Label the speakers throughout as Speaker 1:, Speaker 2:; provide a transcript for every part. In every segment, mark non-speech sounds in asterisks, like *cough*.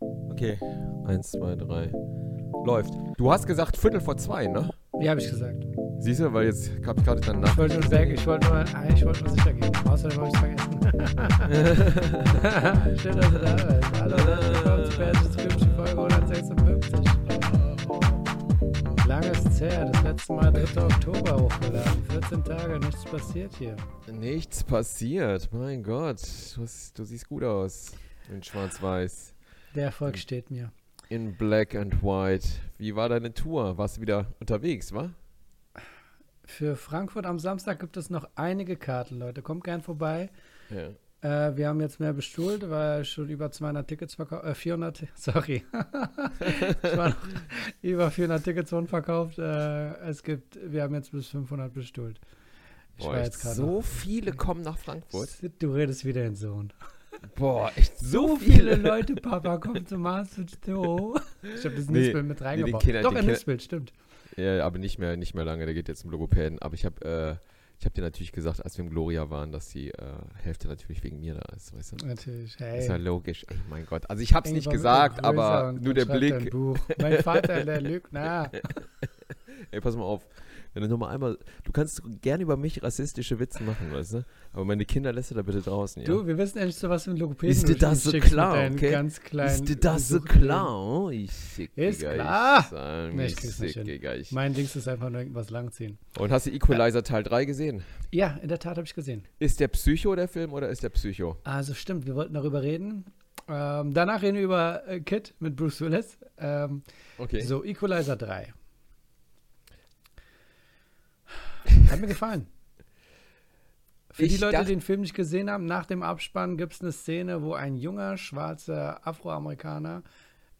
Speaker 1: Okay. Eins, zwei, drei. Läuft. Du hast gesagt Viertel vor zwei, ne?
Speaker 2: Wie habe ich gesagt?
Speaker 1: Siehst du, weil jetzt hab ich gerade dann nach.
Speaker 2: Ich wollte nur, sagen, ich wollte nur, ah, ich wollte nur sicher gehen. Außerdem habe ich es vergessen. Schön, dass du da bist. Hallo, willkommen zu Persisches Filmchen Folge 156. Lang ist her, das letzte Mal 3. Oktober hochgeladen. 14 Tage, nichts passiert hier.
Speaker 1: Nichts passiert. Mein Gott. Du, hast- du siehst gut aus. In Schwarz-Weiß.
Speaker 2: Der Erfolg steht mir.
Speaker 1: In Black and White. Wie war deine Tour? Warst du wieder unterwegs, wa?
Speaker 2: Für Frankfurt am Samstag gibt es noch einige Karten, Leute. Kommt gern vorbei.
Speaker 1: Ja.
Speaker 2: Äh, wir haben jetzt mehr bestuhlt, weil schon über 200 Tickets verkauft, äh, 400, Ti- *laughs*
Speaker 1: *laughs*
Speaker 2: sorry, es waren noch über 400 Tickets wurden verkauft. Äh, es gibt, wir haben jetzt bis 500 bestuhlt. Ich
Speaker 1: Boah,
Speaker 2: war
Speaker 1: echt
Speaker 2: jetzt gerade
Speaker 1: so
Speaker 2: noch-
Speaker 1: viele kommen nach Frankfurt.
Speaker 2: Du redest wieder in Sohn.
Speaker 1: Boah, echt so,
Speaker 2: So viele
Speaker 1: *laughs*
Speaker 2: Leute, Papa, kommen zum Master Show. Ich habe das
Speaker 1: Nee,
Speaker 2: Nispel mit reingebaut.
Speaker 1: Kindern-
Speaker 2: Doch,
Speaker 1: die
Speaker 2: in
Speaker 1: Kinder-
Speaker 2: Nispel, stimmt.
Speaker 1: Ja, aber nicht mehr, nicht mehr lange, der geht jetzt zum Logopäden. Aber ich habe äh, ich hab dir natürlich gesagt, als wir im Gloria waren, dass die äh, Hälfte natürlich wegen mir da ist, weißt du?
Speaker 2: Natürlich, hey.
Speaker 1: Ist ja logisch. Ey, mein Gott. Also ich hab's nicht
Speaker 2: Irgendwann wird
Speaker 1: gesagt,
Speaker 2: er größer
Speaker 1: aber
Speaker 2: und
Speaker 1: nur der
Speaker 2: schreibt ein
Speaker 1: Blick.
Speaker 2: Buch. Mein Vater, der Lügner.
Speaker 1: Ey, pass mal auf. Wenn du nochmal einmal, du kannst gerne über mich rassistische Witze machen, weißt du? Aber meine Kinder lässt du da bitte draußen, ja?
Speaker 2: Du, wir wissen endlich, so was für ein Logopäden
Speaker 1: Ist dir
Speaker 2: du
Speaker 1: das so
Speaker 2: schickst mit
Speaker 1: klar,
Speaker 2: deinen
Speaker 1: okay?
Speaker 2: Ganz kleinen
Speaker 1: ist dir das so
Speaker 2: Suchenden.
Speaker 1: klar? Oh, ich sick,
Speaker 2: Ist
Speaker 1: Digga,
Speaker 2: klar.
Speaker 1: Ich, sag,
Speaker 2: Nee, ich
Speaker 1: ich
Speaker 2: krieg's
Speaker 1: sick,
Speaker 2: nicht hin.
Speaker 1: Digga, ich.
Speaker 2: Mein Dings ist einfach nur irgendwas langziehen.
Speaker 1: Und hast du Equalizer Teil 3 gesehen?
Speaker 2: Ja, in der Tat habe ich gesehen.
Speaker 1: Ist der Psycho der Film oder ist der Psycho?
Speaker 2: Also stimmt, wir wollten darüber reden. Ähm, danach reden wir über äh, Kid mit Bruce Willis. Ähm,
Speaker 1: Okay.
Speaker 2: So, Equalizer 3. Hat mir gefallen. Für die
Speaker 1: Ich
Speaker 2: Leute,
Speaker 1: dacht-
Speaker 2: die den Film nicht gesehen haben, nach dem Abspann gibt es eine Szene, wo ein junger schwarzer Afroamerikaner,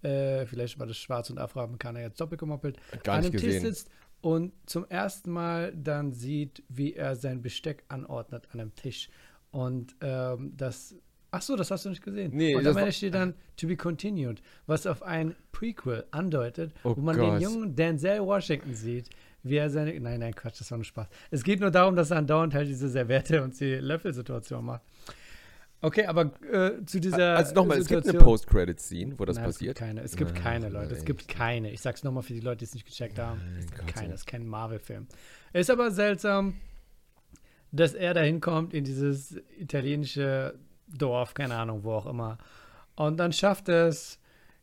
Speaker 2: äh, vielleicht war das Schwarz und Afroamerikaner jetzt doppelt gemoppelt,
Speaker 1: Gar
Speaker 2: an
Speaker 1: nicht
Speaker 2: einem Tisch
Speaker 1: gesehen.
Speaker 2: sitzt und zum ersten Mal dann sieht, wie er sein Besteck anordnet an einem Tisch. Und ähm, das. Ach so, das hast du nicht gesehen.
Speaker 1: Nee,
Speaker 2: und
Speaker 1: das
Speaker 2: am
Speaker 1: war-
Speaker 2: Ende steht dann To be continued, was auf ein Prequel andeutet,
Speaker 1: Oh
Speaker 2: wo man
Speaker 1: Gott.
Speaker 2: den jungen Denzel Washington sieht, wie er seine. Nein, nein, Quatsch, das war nur Spaß. Es geht nur darum, dass er andauernd halt diese Serviette und die Löffelsituation macht. Okay, aber äh, zu dieser.
Speaker 1: also nochmal, es gibt eine
Speaker 2: Situation-
Speaker 1: Post-Credit-Scene, wo das
Speaker 2: Nein,
Speaker 1: passiert.
Speaker 2: Es gibt keine, es gibt
Speaker 1: Nein,
Speaker 2: keine Leute. Es
Speaker 1: echt.
Speaker 2: gibt keine. Ich sag's nochmal für die Leute, die es nicht gecheckt haben. es gibt
Speaker 1: Gott,
Speaker 2: keine.
Speaker 1: ey.
Speaker 2: Es ist kein Marvel-Film. Ist aber seltsam, dass er da hinkommt in dieses italienische Dorf, keine Ahnung, wo auch immer. Und dann schafft es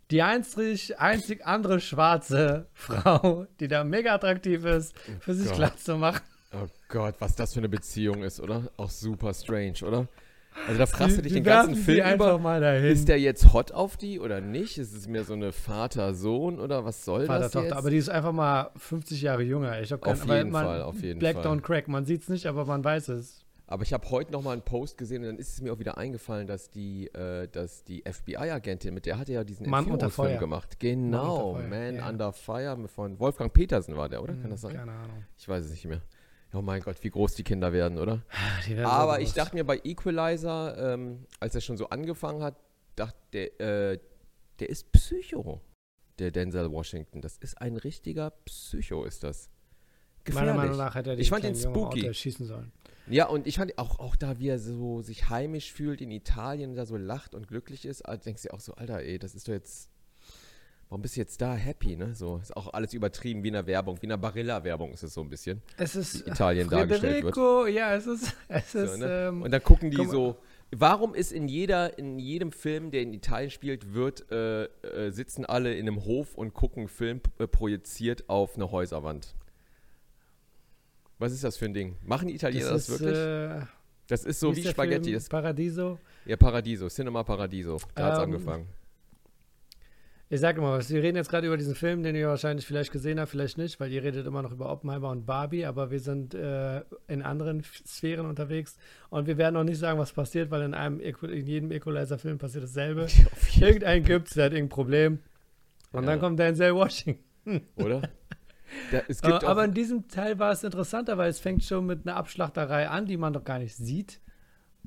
Speaker 2: die einzig, einzig andere schwarze *laughs* Frau, die da mega attraktiv ist, für sich
Speaker 1: Gott.
Speaker 2: klar zu machen.
Speaker 1: Oh Gott, was das für eine Beziehung ist, oder? Auch super strange, oder? Also da fragst du
Speaker 2: Die-
Speaker 1: dich
Speaker 2: die
Speaker 1: den ganzen
Speaker 2: werfen sie
Speaker 1: Film
Speaker 2: einfach
Speaker 1: über,
Speaker 2: mal dahin.
Speaker 1: ist der jetzt hot auf die oder nicht? Ist es mehr so eine Vater-Sohn oder was soll
Speaker 2: Vater,
Speaker 1: das
Speaker 2: Tochter,
Speaker 1: jetzt?
Speaker 2: aber die ist einfach mal 50 Jahre jünger. Ich hab
Speaker 1: Auf
Speaker 2: keine- weil
Speaker 1: jeden
Speaker 2: man,
Speaker 1: Fall, auf jeden
Speaker 2: Black
Speaker 1: Fall.
Speaker 2: Don't Crack, man sieht's nicht, aber man weiß es.
Speaker 1: Aber ich habe heute nochmal einen Post gesehen und dann ist es mir auch wieder eingefallen, dass die, äh, dass die FBI-Agentin, mit der hat er ja diesen
Speaker 2: Mann unter
Speaker 1: Entführungsfilm
Speaker 2: Feuer.
Speaker 1: gemacht. Genau,
Speaker 2: Mann unter Feuer,
Speaker 1: Man
Speaker 2: ja. Hm,
Speaker 1: Under Fire von Wolfgang Petersen war der, oder? Kann das sein?
Speaker 2: Keine Ahnung.
Speaker 1: Ich weiß es nicht mehr. Oh mein Gott, wie groß die Kinder werden, oder?
Speaker 2: Die werden
Speaker 1: Aber
Speaker 2: so
Speaker 1: ich
Speaker 2: groß.
Speaker 1: dachte mir bei Equalizer, ähm, als er schon so angefangen hat, dachte der, äh, der ist Psycho, der Denzel Washington. Das ist ein richtiger Psycho, ist das.
Speaker 2: meiner
Speaker 1: Gefährlich.
Speaker 2: Meinung nach hätte er den
Speaker 1: Ich fand ihn
Speaker 2: kleinen Jungen auch
Speaker 1: spooky.
Speaker 2: schießen sollen.
Speaker 1: Ja, und ich fand auch, auch da, wie er so sich heimisch fühlt in Italien, da so lacht und glücklich ist, also denkst du dir auch so, Alter, ey, das ist doch jetzt. Warum bist du jetzt da happy, ne? So, ist auch alles übertrieben, wie in der Werbung, wie in der Barilla-Werbung ist es so ein bisschen.
Speaker 2: Es ist äh,
Speaker 1: Italien dargestellt wird.
Speaker 2: Federico, ja, es ist, *laughs* es ist,
Speaker 1: So, ne?
Speaker 2: ähm, äh,
Speaker 1: und dann gucken die
Speaker 2: guck mal.
Speaker 1: so. Warum ist in jeder, in jedem Film, der in Italien spielt, wird äh, äh, sitzen alle in einem Hof und gucken Film äh, projiziert auf eine Häuserwand? Was ist das für ein Ding? Machen die Italiener das, wirklich?
Speaker 2: äh,
Speaker 1: das ist so
Speaker 2: ist
Speaker 1: wie
Speaker 2: der
Speaker 1: Spaghetti.
Speaker 2: Film?
Speaker 1: Das,
Speaker 2: Paradiso.
Speaker 1: ja, Paradiso, Cinema Paradiso. Da hat's
Speaker 2: Ähm,
Speaker 1: angefangen.
Speaker 2: Ich sag mal was, wir reden jetzt gerade über diesen Film, den ihr wahrscheinlich vielleicht gesehen habt, vielleicht nicht, weil ihr redet immer noch über Oppenheimer und Barbie, aber wir sind äh, in anderen F- Sphären unterwegs und wir werden auch nicht sagen, was passiert, weil in, einem, Equ- in jedem Equalizer-Film passiert
Speaker 1: *laughs*
Speaker 2: dasselbe.
Speaker 1: Auf jeden-
Speaker 2: Irgendeinen gibt's, der hat irgendein Problem und
Speaker 1: Ja.
Speaker 2: dann kommt Denzel Washington. *laughs*
Speaker 1: Oder? Da, es
Speaker 2: Äh,
Speaker 1: gibt auch,
Speaker 2: aber in diesem Teil war es interessanter, weil es fängt schon mit einer Abschlachterei an, die man doch gar nicht sieht.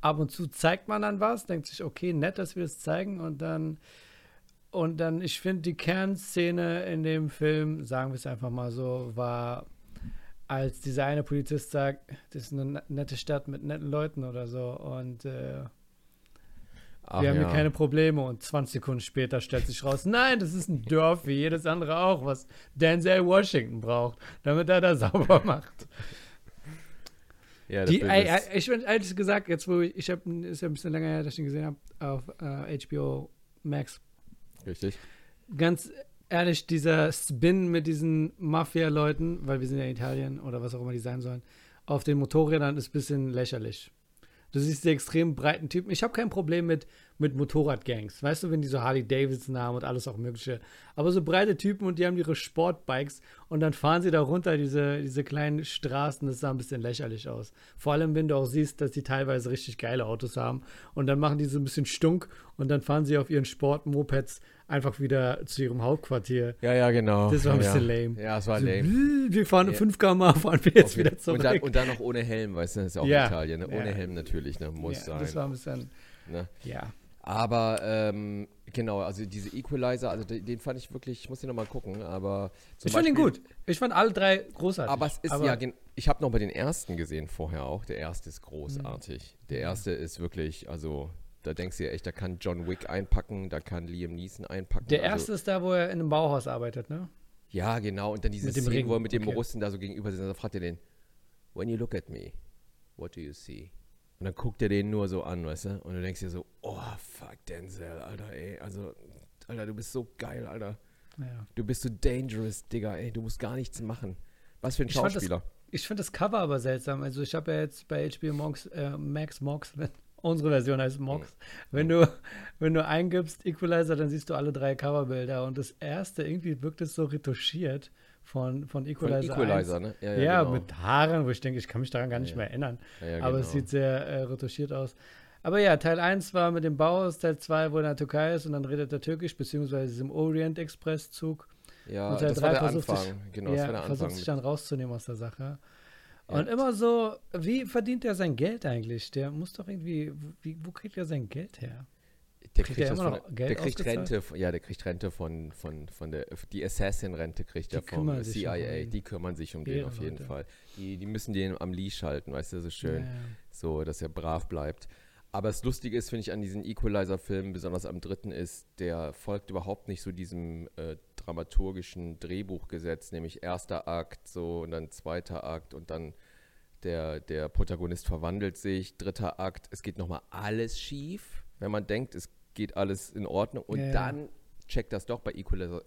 Speaker 2: Ab und zu zeigt man dann was, denkt sich, okay, nett, dass wir es zeigen und dann und dann, ich finde, die Kernszene in dem Film, sagen wir es einfach mal so, war, als dieser eine Polizist sagt, das ist eine nette Stadt mit netten Leuten oder so und äh,
Speaker 1: Ach
Speaker 2: wir haben
Speaker 1: ja.
Speaker 2: hier keine Probleme. Und 20 Sekunden später stellt sich raus, nein, das ist ein Dorf wie jedes andere auch, was Denzel Washington braucht, damit er da *laughs* sauber macht.
Speaker 1: Ja, das
Speaker 2: Die,
Speaker 1: Bild
Speaker 2: ey,
Speaker 1: ist-
Speaker 2: ey, ich bin ehrlich gesagt, jetzt wo ich, ich habe, ist ja ein bisschen länger her, dass ich ihn gesehen habe, auf äh, HBO Max.
Speaker 1: richtig.
Speaker 2: Ganz ehrlich, dieser Spin mit diesen Mafia-Leuten, weil wir sind ja in Italien oder was auch immer die sein sollen, auf den Motorrädern ist ein bisschen lächerlich. Du siehst die extrem breiten Typen. Ich habe kein Problem mit, mit Motorradgangs. Weißt du, wenn die so Harley Davidson haben und alles auch Mögliche. Aber so breite Typen und die haben ihre Sportbikes und dann fahren sie da runter diese, diese kleinen Straßen. Das sah ein bisschen lächerlich aus. Vor allem, wenn du auch siehst, dass die teilweise richtig geile Autos haben und dann machen die so ein bisschen Stunk und dann fahren sie auf ihren Sportmopeds einfach wieder zu ihrem Hauptquartier.
Speaker 1: Ja, ja, genau.
Speaker 2: Das war ein
Speaker 1: ja,
Speaker 2: bisschen
Speaker 1: ja.
Speaker 2: lame. Also
Speaker 1: Ja, es war
Speaker 2: So,
Speaker 1: lame.
Speaker 2: wir fahren
Speaker 1: Ja.
Speaker 2: 5 km/h, fahren wir jetzt
Speaker 1: Auf
Speaker 2: wieder
Speaker 1: jeden-
Speaker 2: zurück.
Speaker 1: und, dann, und dann noch ohne Helm, weißt du, das ist ja auch
Speaker 2: Ja.
Speaker 1: in Italien. Ne? Ohne
Speaker 2: Ja.
Speaker 1: Helm natürlich, ne? muss
Speaker 2: ja,
Speaker 1: sein.
Speaker 2: Das war ein bisschen,
Speaker 1: ne?
Speaker 2: ja.
Speaker 1: Aber ähm, genau, also diese Equalizer, also den, den fand ich wirklich, ich muss den nochmal gucken, aber zum
Speaker 2: Ich fand ihn
Speaker 1: Beispiel-
Speaker 2: gut. Ich fand alle drei großartig.
Speaker 1: Aber es ist ja, gen- ich habe noch mal den ersten gesehen vorher auch. Der erste ist großartig.
Speaker 2: Mhm.
Speaker 1: Der erste ist wirklich, also da denkst du ja echt, da kann John Wick einpacken, da kann Liam Neeson einpacken.
Speaker 2: Der
Speaker 1: also,
Speaker 2: erste ist da, wo er in einem Bauhaus arbeitet, ne?
Speaker 1: Ja, genau. Und dann diese
Speaker 2: Mit dem
Speaker 1: Szene,
Speaker 2: Ring,
Speaker 1: wo er mit dem
Speaker 2: okay.
Speaker 1: Russen da so gegenüber sitzt, und dann fragt er den, When you look at me, what do you see? Und dann guckt er den nur so an, weißt du? Und du denkst dir so, oh, fuck Denzel, Alter, ey. Also, Alter, du bist so geil, Alter.
Speaker 2: Ja.
Speaker 1: Du bist so dangerous, Digga, ey. Du musst gar nichts machen. Was für ein
Speaker 2: Ich fand das-
Speaker 1: Schauspieler.
Speaker 2: Ich finde das Cover aber seltsam. Also ich habe ja jetzt bei HBO Mox, äh, Max Mox, *laughs* wenn, unsere Version heißt
Speaker 1: Mhm.
Speaker 2: Mox. Wenn du, wenn du eingibst Equalizer, dann siehst du alle drei Coverbilder. Und das erste, irgendwie wirkt es so retuschiert von, von
Speaker 1: Von
Speaker 2: Equalizer. 1.
Speaker 1: ne?
Speaker 2: Ja, mit Haaren, wo ich denke, ich kann mich daran gar nicht
Speaker 1: Ja.
Speaker 2: mehr erinnern.
Speaker 1: Ja, ja,
Speaker 2: Aber es
Speaker 1: genau.
Speaker 2: sieht sehr äh, retuschiert aus. Aber ja, Teil 1 war mit dem Bauhaus, Teil 2, wo er in der Türkei ist und dann redet er Türkisch, beziehungsweise ist im Orient-Express-Zug.
Speaker 1: Ja,
Speaker 2: Und Teil
Speaker 1: Ah, das
Speaker 2: drei
Speaker 1: war der
Speaker 2: versucht sich-
Speaker 1: Anfang. genau, das
Speaker 2: ja,
Speaker 1: war der
Speaker 2: versucht
Speaker 1: Anfang.
Speaker 2: sich dann rauszunehmen aus der Sache.
Speaker 1: Ja.
Speaker 2: Und immer so, wie verdient er sein Geld eigentlich? Der muss doch irgendwie, wie, wo kriegt er sein Geld her?
Speaker 1: der
Speaker 2: kriegt
Speaker 1: kriegt,
Speaker 2: er
Speaker 1: das
Speaker 2: immer
Speaker 1: von,
Speaker 2: noch Geld
Speaker 1: der kriegt
Speaker 2: ausgezahlt?
Speaker 1: Rente, von- ja, der kriegt Rente von, von, von der, die Assassin-Rente kriegt
Speaker 2: Die
Speaker 1: er
Speaker 2: kümmern
Speaker 1: vom
Speaker 2: sich um
Speaker 1: CIA,
Speaker 2: ihn.
Speaker 1: die kümmern sich um den auf jeden
Speaker 2: Ehrenleute.
Speaker 1: Fall. Die, die müssen den am Leash halten, weißt du, so schön,
Speaker 2: Ja, ja.
Speaker 1: so, dass er brav bleibt. Aber das Lustige ist, finde ich, an diesen Equalizer-Filmen, besonders am dritten, ist, der folgt überhaupt nicht so diesem äh, dramaturgischen Drehbuchgesetz, nämlich erster Akt, so, und dann zweiter Akt und dann der, der Protagonist verwandelt sich, dritter Akt, es geht nochmal alles schief, wenn man denkt, es geht alles in Ordnung und
Speaker 2: Ja, ja.
Speaker 1: dann checkt das doch bei Equalizer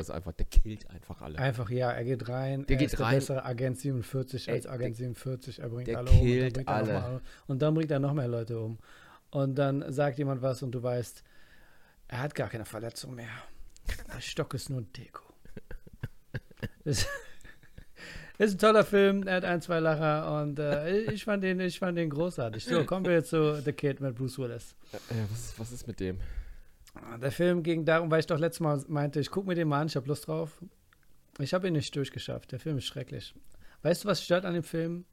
Speaker 1: ist einfach, der killt einfach alle.
Speaker 2: Einfach, ja, er geht rein.
Speaker 1: Der
Speaker 2: er
Speaker 1: geht
Speaker 2: ist der
Speaker 1: rein.
Speaker 2: bessere Agent 47 als
Speaker 1: Ey,
Speaker 2: Agent
Speaker 1: der-
Speaker 2: 47. Er bringt
Speaker 1: der
Speaker 2: alle um. und dann
Speaker 1: killt
Speaker 2: bringt er noch
Speaker 1: alle.
Speaker 2: mal- Und dann bringt er noch mehr Leute um. Und dann sagt jemand was und du weißt, er hat gar keine Verletzung mehr. Der Stock ist nur Deko. Das *laughs* ist ein toller Film. Er hat ein, zwei Lacher und äh, ich, fand den, ich fand den großartig. So, kommen wir jetzt zu The Kid mit Bruce Willis.
Speaker 1: Äh, was, was ist mit dem?
Speaker 2: Ah, Der Film ging darum, weil ich doch letztes Mal meinte, ich gucke mir den mal an, ich habe Lust drauf. Ich habe ihn nicht durchgeschafft. Der Film ist schrecklich. Weißt du, was stört an dem Film?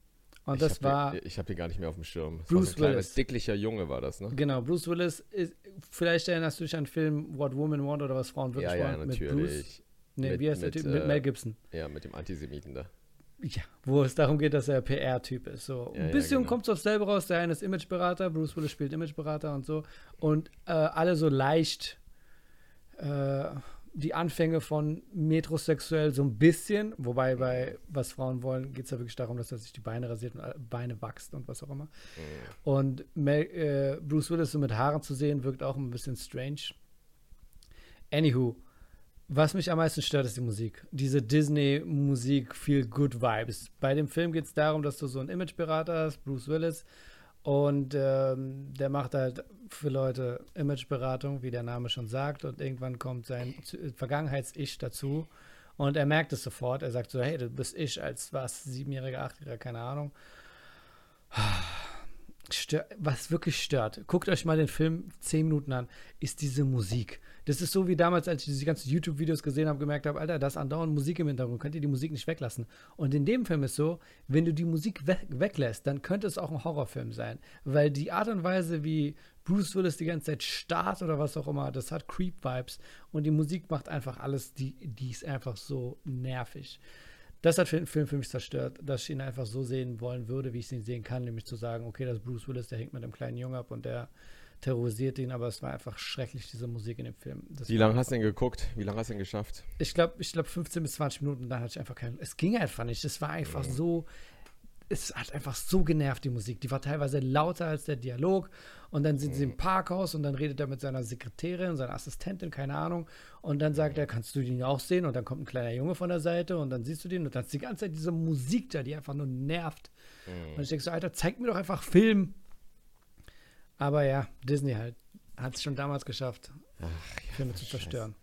Speaker 2: Und
Speaker 1: Ich
Speaker 2: das
Speaker 1: hab
Speaker 2: war,
Speaker 1: den, äh, ich habe den gar nicht mehr auf dem Schirm. Das
Speaker 2: Bruce
Speaker 1: war so ein kleiner,
Speaker 2: Willis.
Speaker 1: dicklicher Junge war das, ne?
Speaker 2: genau, Bruce Willis, ist, vielleicht erinnerst du dich an den Film What Women Want oder was Frauen wirklich
Speaker 1: Ja, ja,
Speaker 2: wollen. Mit Bruce.
Speaker 1: natürlich.
Speaker 2: Nee,
Speaker 1: Mit-
Speaker 2: wie heißt der
Speaker 1: mit,
Speaker 2: Typ? Mit
Speaker 1: äh,
Speaker 2: Mel Gibson.
Speaker 1: Ja, mit dem Antisemiten da.
Speaker 2: Ja, wo es darum geht, dass er PR-Typ ist. So
Speaker 1: Ja,
Speaker 2: ein
Speaker 1: ja,
Speaker 2: bisschen
Speaker 1: genau.
Speaker 2: kommt es auf selber raus. Der eine ist Imageberater, Bruce Willis spielt Imageberater und so. Und äh, alle so leicht äh, die Anfänge von metrosexuell so ein bisschen. Wobei bei Was Frauen wollen geht es ja wirklich darum, dass er sich die Beine rasiert und äh, Beine wächst und was auch immer. Mhm. Und Mel, äh, Bruce Willis so mit Haaren zu sehen, wirkt auch ein bisschen strange. Anywho, was mich am meisten stört, ist die Musik. Diese Disney-Musik, viel Good Vibes. Bei dem Film geht es darum, dass du so einen Imageberater hast, Bruce Willis, und ähm, der macht halt für Leute Imageberatung, wie der Name schon sagt, und irgendwann kommt sein Z- Vergangenheits-Ich dazu. Und er merkt es sofort. Er sagt so: Hey, du bist ich als was, Siebenjähriger, Achtjähriger, keine Ahnung. Stör, was wirklich stört, guckt euch mal den Film 10 Minuten an, ist diese Musik. Das ist so wie damals, als ich diese ganzen YouTube-Videos gesehen habe, gemerkt habe, Alter, das andauernd Musik im Hintergrund, könnt ihr die Musik nicht weglassen. Und in dem Film ist so, wenn du die Musik we weglässt, dann könnte es auch ein Horrorfilm sein. Weil die Art und Weise, wie Bruce Willis die ganze Zeit starrt oder was auch immer, das hat Creep-Vibes. Und die Musik macht einfach alles, die, die ist einfach so nervig. Das hat den Film für mich zerstört, dass ich ihn einfach so sehen wollen würde, wie ich ihn sehen kann, nämlich zu sagen, okay, das ist Bruce Willis, der hängt mit einem kleinen Jungen ab und der terrorisiert ihn, aber es war einfach schrecklich, diese Musik in dem Film. Das
Speaker 1: Wie
Speaker 2: war-
Speaker 1: lange hast du denn geguckt? Wie lange hast du denn geschafft?
Speaker 2: Ich glaube, ich glaube 15 bis 20 Minuten, dann hatte ich einfach keinen. Es ging einfach nicht. Es war einfach so. Es hat einfach so genervt, die Musik. Die war teilweise lauter als der Dialog. Und dann sind sie im Parkhaus und dann redet er mit seiner Sekretärin, seiner Assistentin, keine Ahnung. Und dann sagt er, kannst du den auch sehen? Und dann kommt ein kleiner Junge von der Seite und dann siehst du den. Und dann ist die ganze Zeit diese Musik da, die einfach nur nervt. Und ich denke so, Alter, zeig mir doch einfach Film. Aber ja, Disney halt. Hat es schon damals geschafft, Filme zu zerstören.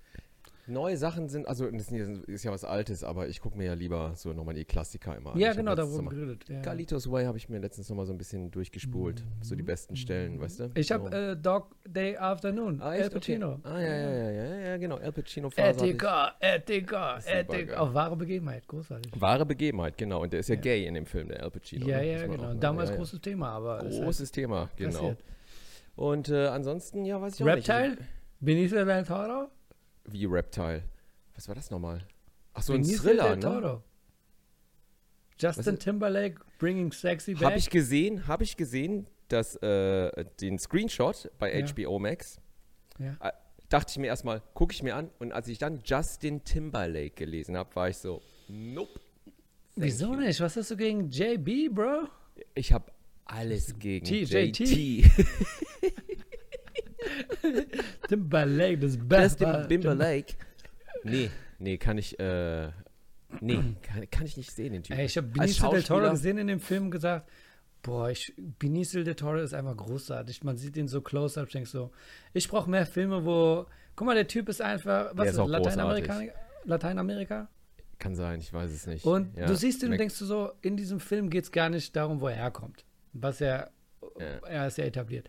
Speaker 1: Neue Sachen sind, also das sind ja- ist ja was Altes, aber ich gucke mir ja lieber so nochmal die Klassiker immer an. Ich
Speaker 2: Ja,
Speaker 1: hab
Speaker 2: genau, da
Speaker 1: letztens
Speaker 2: wurde
Speaker 1: noch mal-
Speaker 2: geredet. Ja. Mhm.
Speaker 1: Carlitos Way habe ich mir letztens nochmal so ein bisschen durchgespult. So die besten Stellen, weißt du?
Speaker 2: Ich
Speaker 1: so.
Speaker 2: habe äh, Dog Day Afternoon.
Speaker 1: Ah,
Speaker 2: El
Speaker 1: echt? Okay.
Speaker 2: Pacino.
Speaker 1: Ah, ja, ja, ja, ja, ja, genau. El Pacino Phase. hatte
Speaker 2: Etika, Etika,
Speaker 1: super geil.
Speaker 2: Etika. Auch wahre Begebenheit, großartig.
Speaker 1: ich- Wahre Begebenheit, genau. Und der ist ja, gay in dem Film, der El Pacino.
Speaker 2: Ja,
Speaker 1: ne?
Speaker 2: ja,
Speaker 1: Muss man auch
Speaker 2: genau.
Speaker 1: mal-
Speaker 2: Damals
Speaker 1: ja, ja.
Speaker 2: großes Thema, aber es
Speaker 1: Großes Thema, genau.
Speaker 2: passiert.
Speaker 1: Und äh, ansonsten, ja, weiß ich
Speaker 2: heißt,
Speaker 1: auch nicht.
Speaker 2: Reptile? Benicio del Toro?
Speaker 1: Wie Reptile. Was war das nochmal? Ach so, ein
Speaker 2: Benicio
Speaker 1: Thriller,
Speaker 2: del
Speaker 1: ne?
Speaker 2: Toro. Justin Timberlake bringing sexy back.
Speaker 1: Habe ich gesehen, habe ich gesehen, dass äh, den Screenshot bei
Speaker 2: Ja.
Speaker 1: HBO Max,
Speaker 2: ja.
Speaker 1: äh, dachte ich mir erstmal, gucke ich mir an. Und als ich dann Justin Timberlake gelesen habe, war ich so, nope. thank
Speaker 2: Wieso
Speaker 1: you.
Speaker 2: nicht? Was hast du gegen JB, Bro?
Speaker 1: Ich habe alles gegen
Speaker 2: *laughs* TJT.
Speaker 1: JT.
Speaker 2: Timberlake, das Beste.
Speaker 1: Justin Timberlake. Nee, nee, kann ich, äh, nee, kann, kann ich nicht sehen, den Typen.
Speaker 2: Ey, ich habe
Speaker 1: Als
Speaker 2: Benicio del Toro
Speaker 1: Schauspieler-
Speaker 2: gesehen in dem Film und gesagt, boah, ich, Benicio del Toro ist einfach großartig. Man sieht ihn so close-up, ich denk so, ich brauche mehr Filme, wo, guck mal, der Typ ist einfach, was
Speaker 1: ist
Speaker 2: ist,
Speaker 1: auch
Speaker 2: Lateinamerika? Lateinamerika?
Speaker 1: Kann sein, ich weiß es nicht.
Speaker 2: Und
Speaker 1: Ja,
Speaker 2: du siehst ihn und
Speaker 1: Mac-
Speaker 2: denkst du so, in diesem Film geht es gar nicht darum, wo er herkommt. Was er,
Speaker 1: Ja.
Speaker 2: er ist ja etabliert.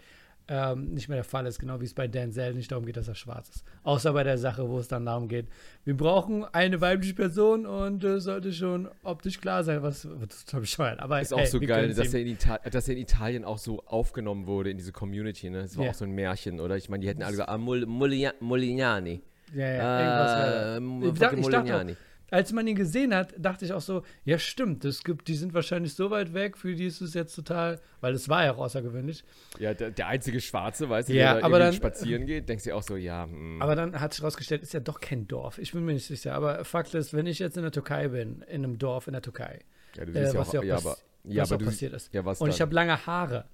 Speaker 2: Ähm, nicht mehr der Fall ist, genau wie es bei Denzel nicht darum geht, dass er schwarz ist. Außer bei der Sache, wo es dann darum geht, wir brauchen eine weibliche Person und äh, sollte schon optisch klar sein, was total bescheuert. Aber
Speaker 1: Ist auch
Speaker 2: ey,
Speaker 1: so
Speaker 2: wir
Speaker 1: geil,
Speaker 2: können's
Speaker 1: dass
Speaker 2: ihm.
Speaker 1: er, in Itali- dass er in Italien auch so aufgenommen wurde in diese Community. Ne? Das war
Speaker 2: Ja.
Speaker 1: auch so ein Märchen, oder? Ich meine, die hätten alle gesagt, ah, Mul Mulia- Molignani.
Speaker 2: Ja, ja, irgendwas war da.
Speaker 1: Äh, m-
Speaker 2: ich dachte,
Speaker 1: fucking
Speaker 2: ich dachte
Speaker 1: Molignani.
Speaker 2: auch, als man ihn gesehen hat, dachte ich auch so, ja stimmt, es gibt, die sind wahrscheinlich so weit weg, für die ist es jetzt total, weil es war ja auch außergewöhnlich,
Speaker 1: Ja, der, der einzige Schwarze, weißt du,
Speaker 2: Ja,
Speaker 1: der da
Speaker 2: aber
Speaker 1: irgendwie
Speaker 2: dann-
Speaker 1: spazieren geht, denkst du dir auch so, ja, hm, mh.
Speaker 2: Aber dann hat sich rausgestellt, ist ja doch kein Dorf. Ich bin mir nicht sicher. Aber Fakt ist, wenn ich jetzt in der Türkei bin, in einem Dorf in der Türkei,
Speaker 1: ja, du
Speaker 2: äh, was ja auch,
Speaker 1: ja,
Speaker 2: pass-
Speaker 1: aber, ja,
Speaker 2: was
Speaker 1: aber
Speaker 2: auch
Speaker 1: du,
Speaker 2: passiert ist.
Speaker 1: Ja, was
Speaker 2: und ich
Speaker 1: dann?
Speaker 2: habe lange Haare,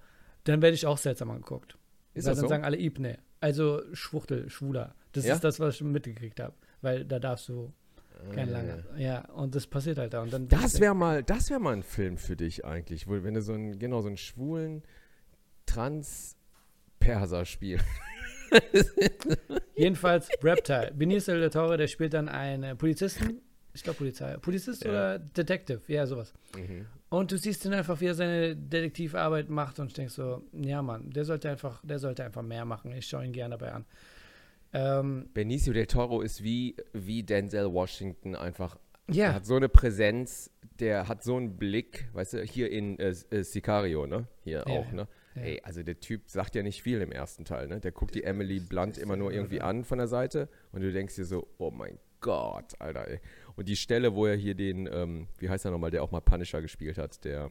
Speaker 2: dann werde ich auch seltsam angeguckt.
Speaker 1: Ist
Speaker 2: weil
Speaker 1: das
Speaker 2: dann
Speaker 1: so?
Speaker 2: sagen alle Ibne, also Schwuchtel, Schwuler. Das
Speaker 1: Ja?
Speaker 2: ist das, was ich mitgekriegt habe, weil da darfst du kein lange. Ja, und das passiert halt da. Und dann
Speaker 1: Äh. Das wäre mal, das wäre mal ein Film für dich eigentlich, wo, wenn du so einen, genau, so einen schwulen Trans-Perser spielst.
Speaker 2: Jedenfalls Reptile. Benicio del Toro, der spielt dann einen äh, Polizisten. Ich glaube Polizei. Polizist
Speaker 1: Ja.
Speaker 2: oder Detective, ja, sowas. Und du siehst ihn einfach, wie er seine Detektivarbeit macht und ich denk so, ja Mann, der sollte einfach, der sollte einfach mehr machen. Ich schaue ihn gerne dabei an. Ähm,
Speaker 1: Benicio del Toro ist wie, wie Denzel Washington einfach.
Speaker 2: Ja.
Speaker 1: Der hat so eine Präsenz, der hat so einen Blick, weißt du, hier in äh, äh, Sicario, ne? Hier
Speaker 2: Ja,
Speaker 1: auch,
Speaker 2: ja,
Speaker 1: ne?
Speaker 2: ja.
Speaker 1: Ey, also der Typ sagt ja nicht viel im ersten Teil, ne? Der guckt die Emily Blunt immer nur irgendwie an von der Seite und du denkst dir so, oh mein Gott, Alter, ey. Und die Stelle, wo er hier den, ähm, wie heißt er nochmal, der auch mal Punisher gespielt hat, der.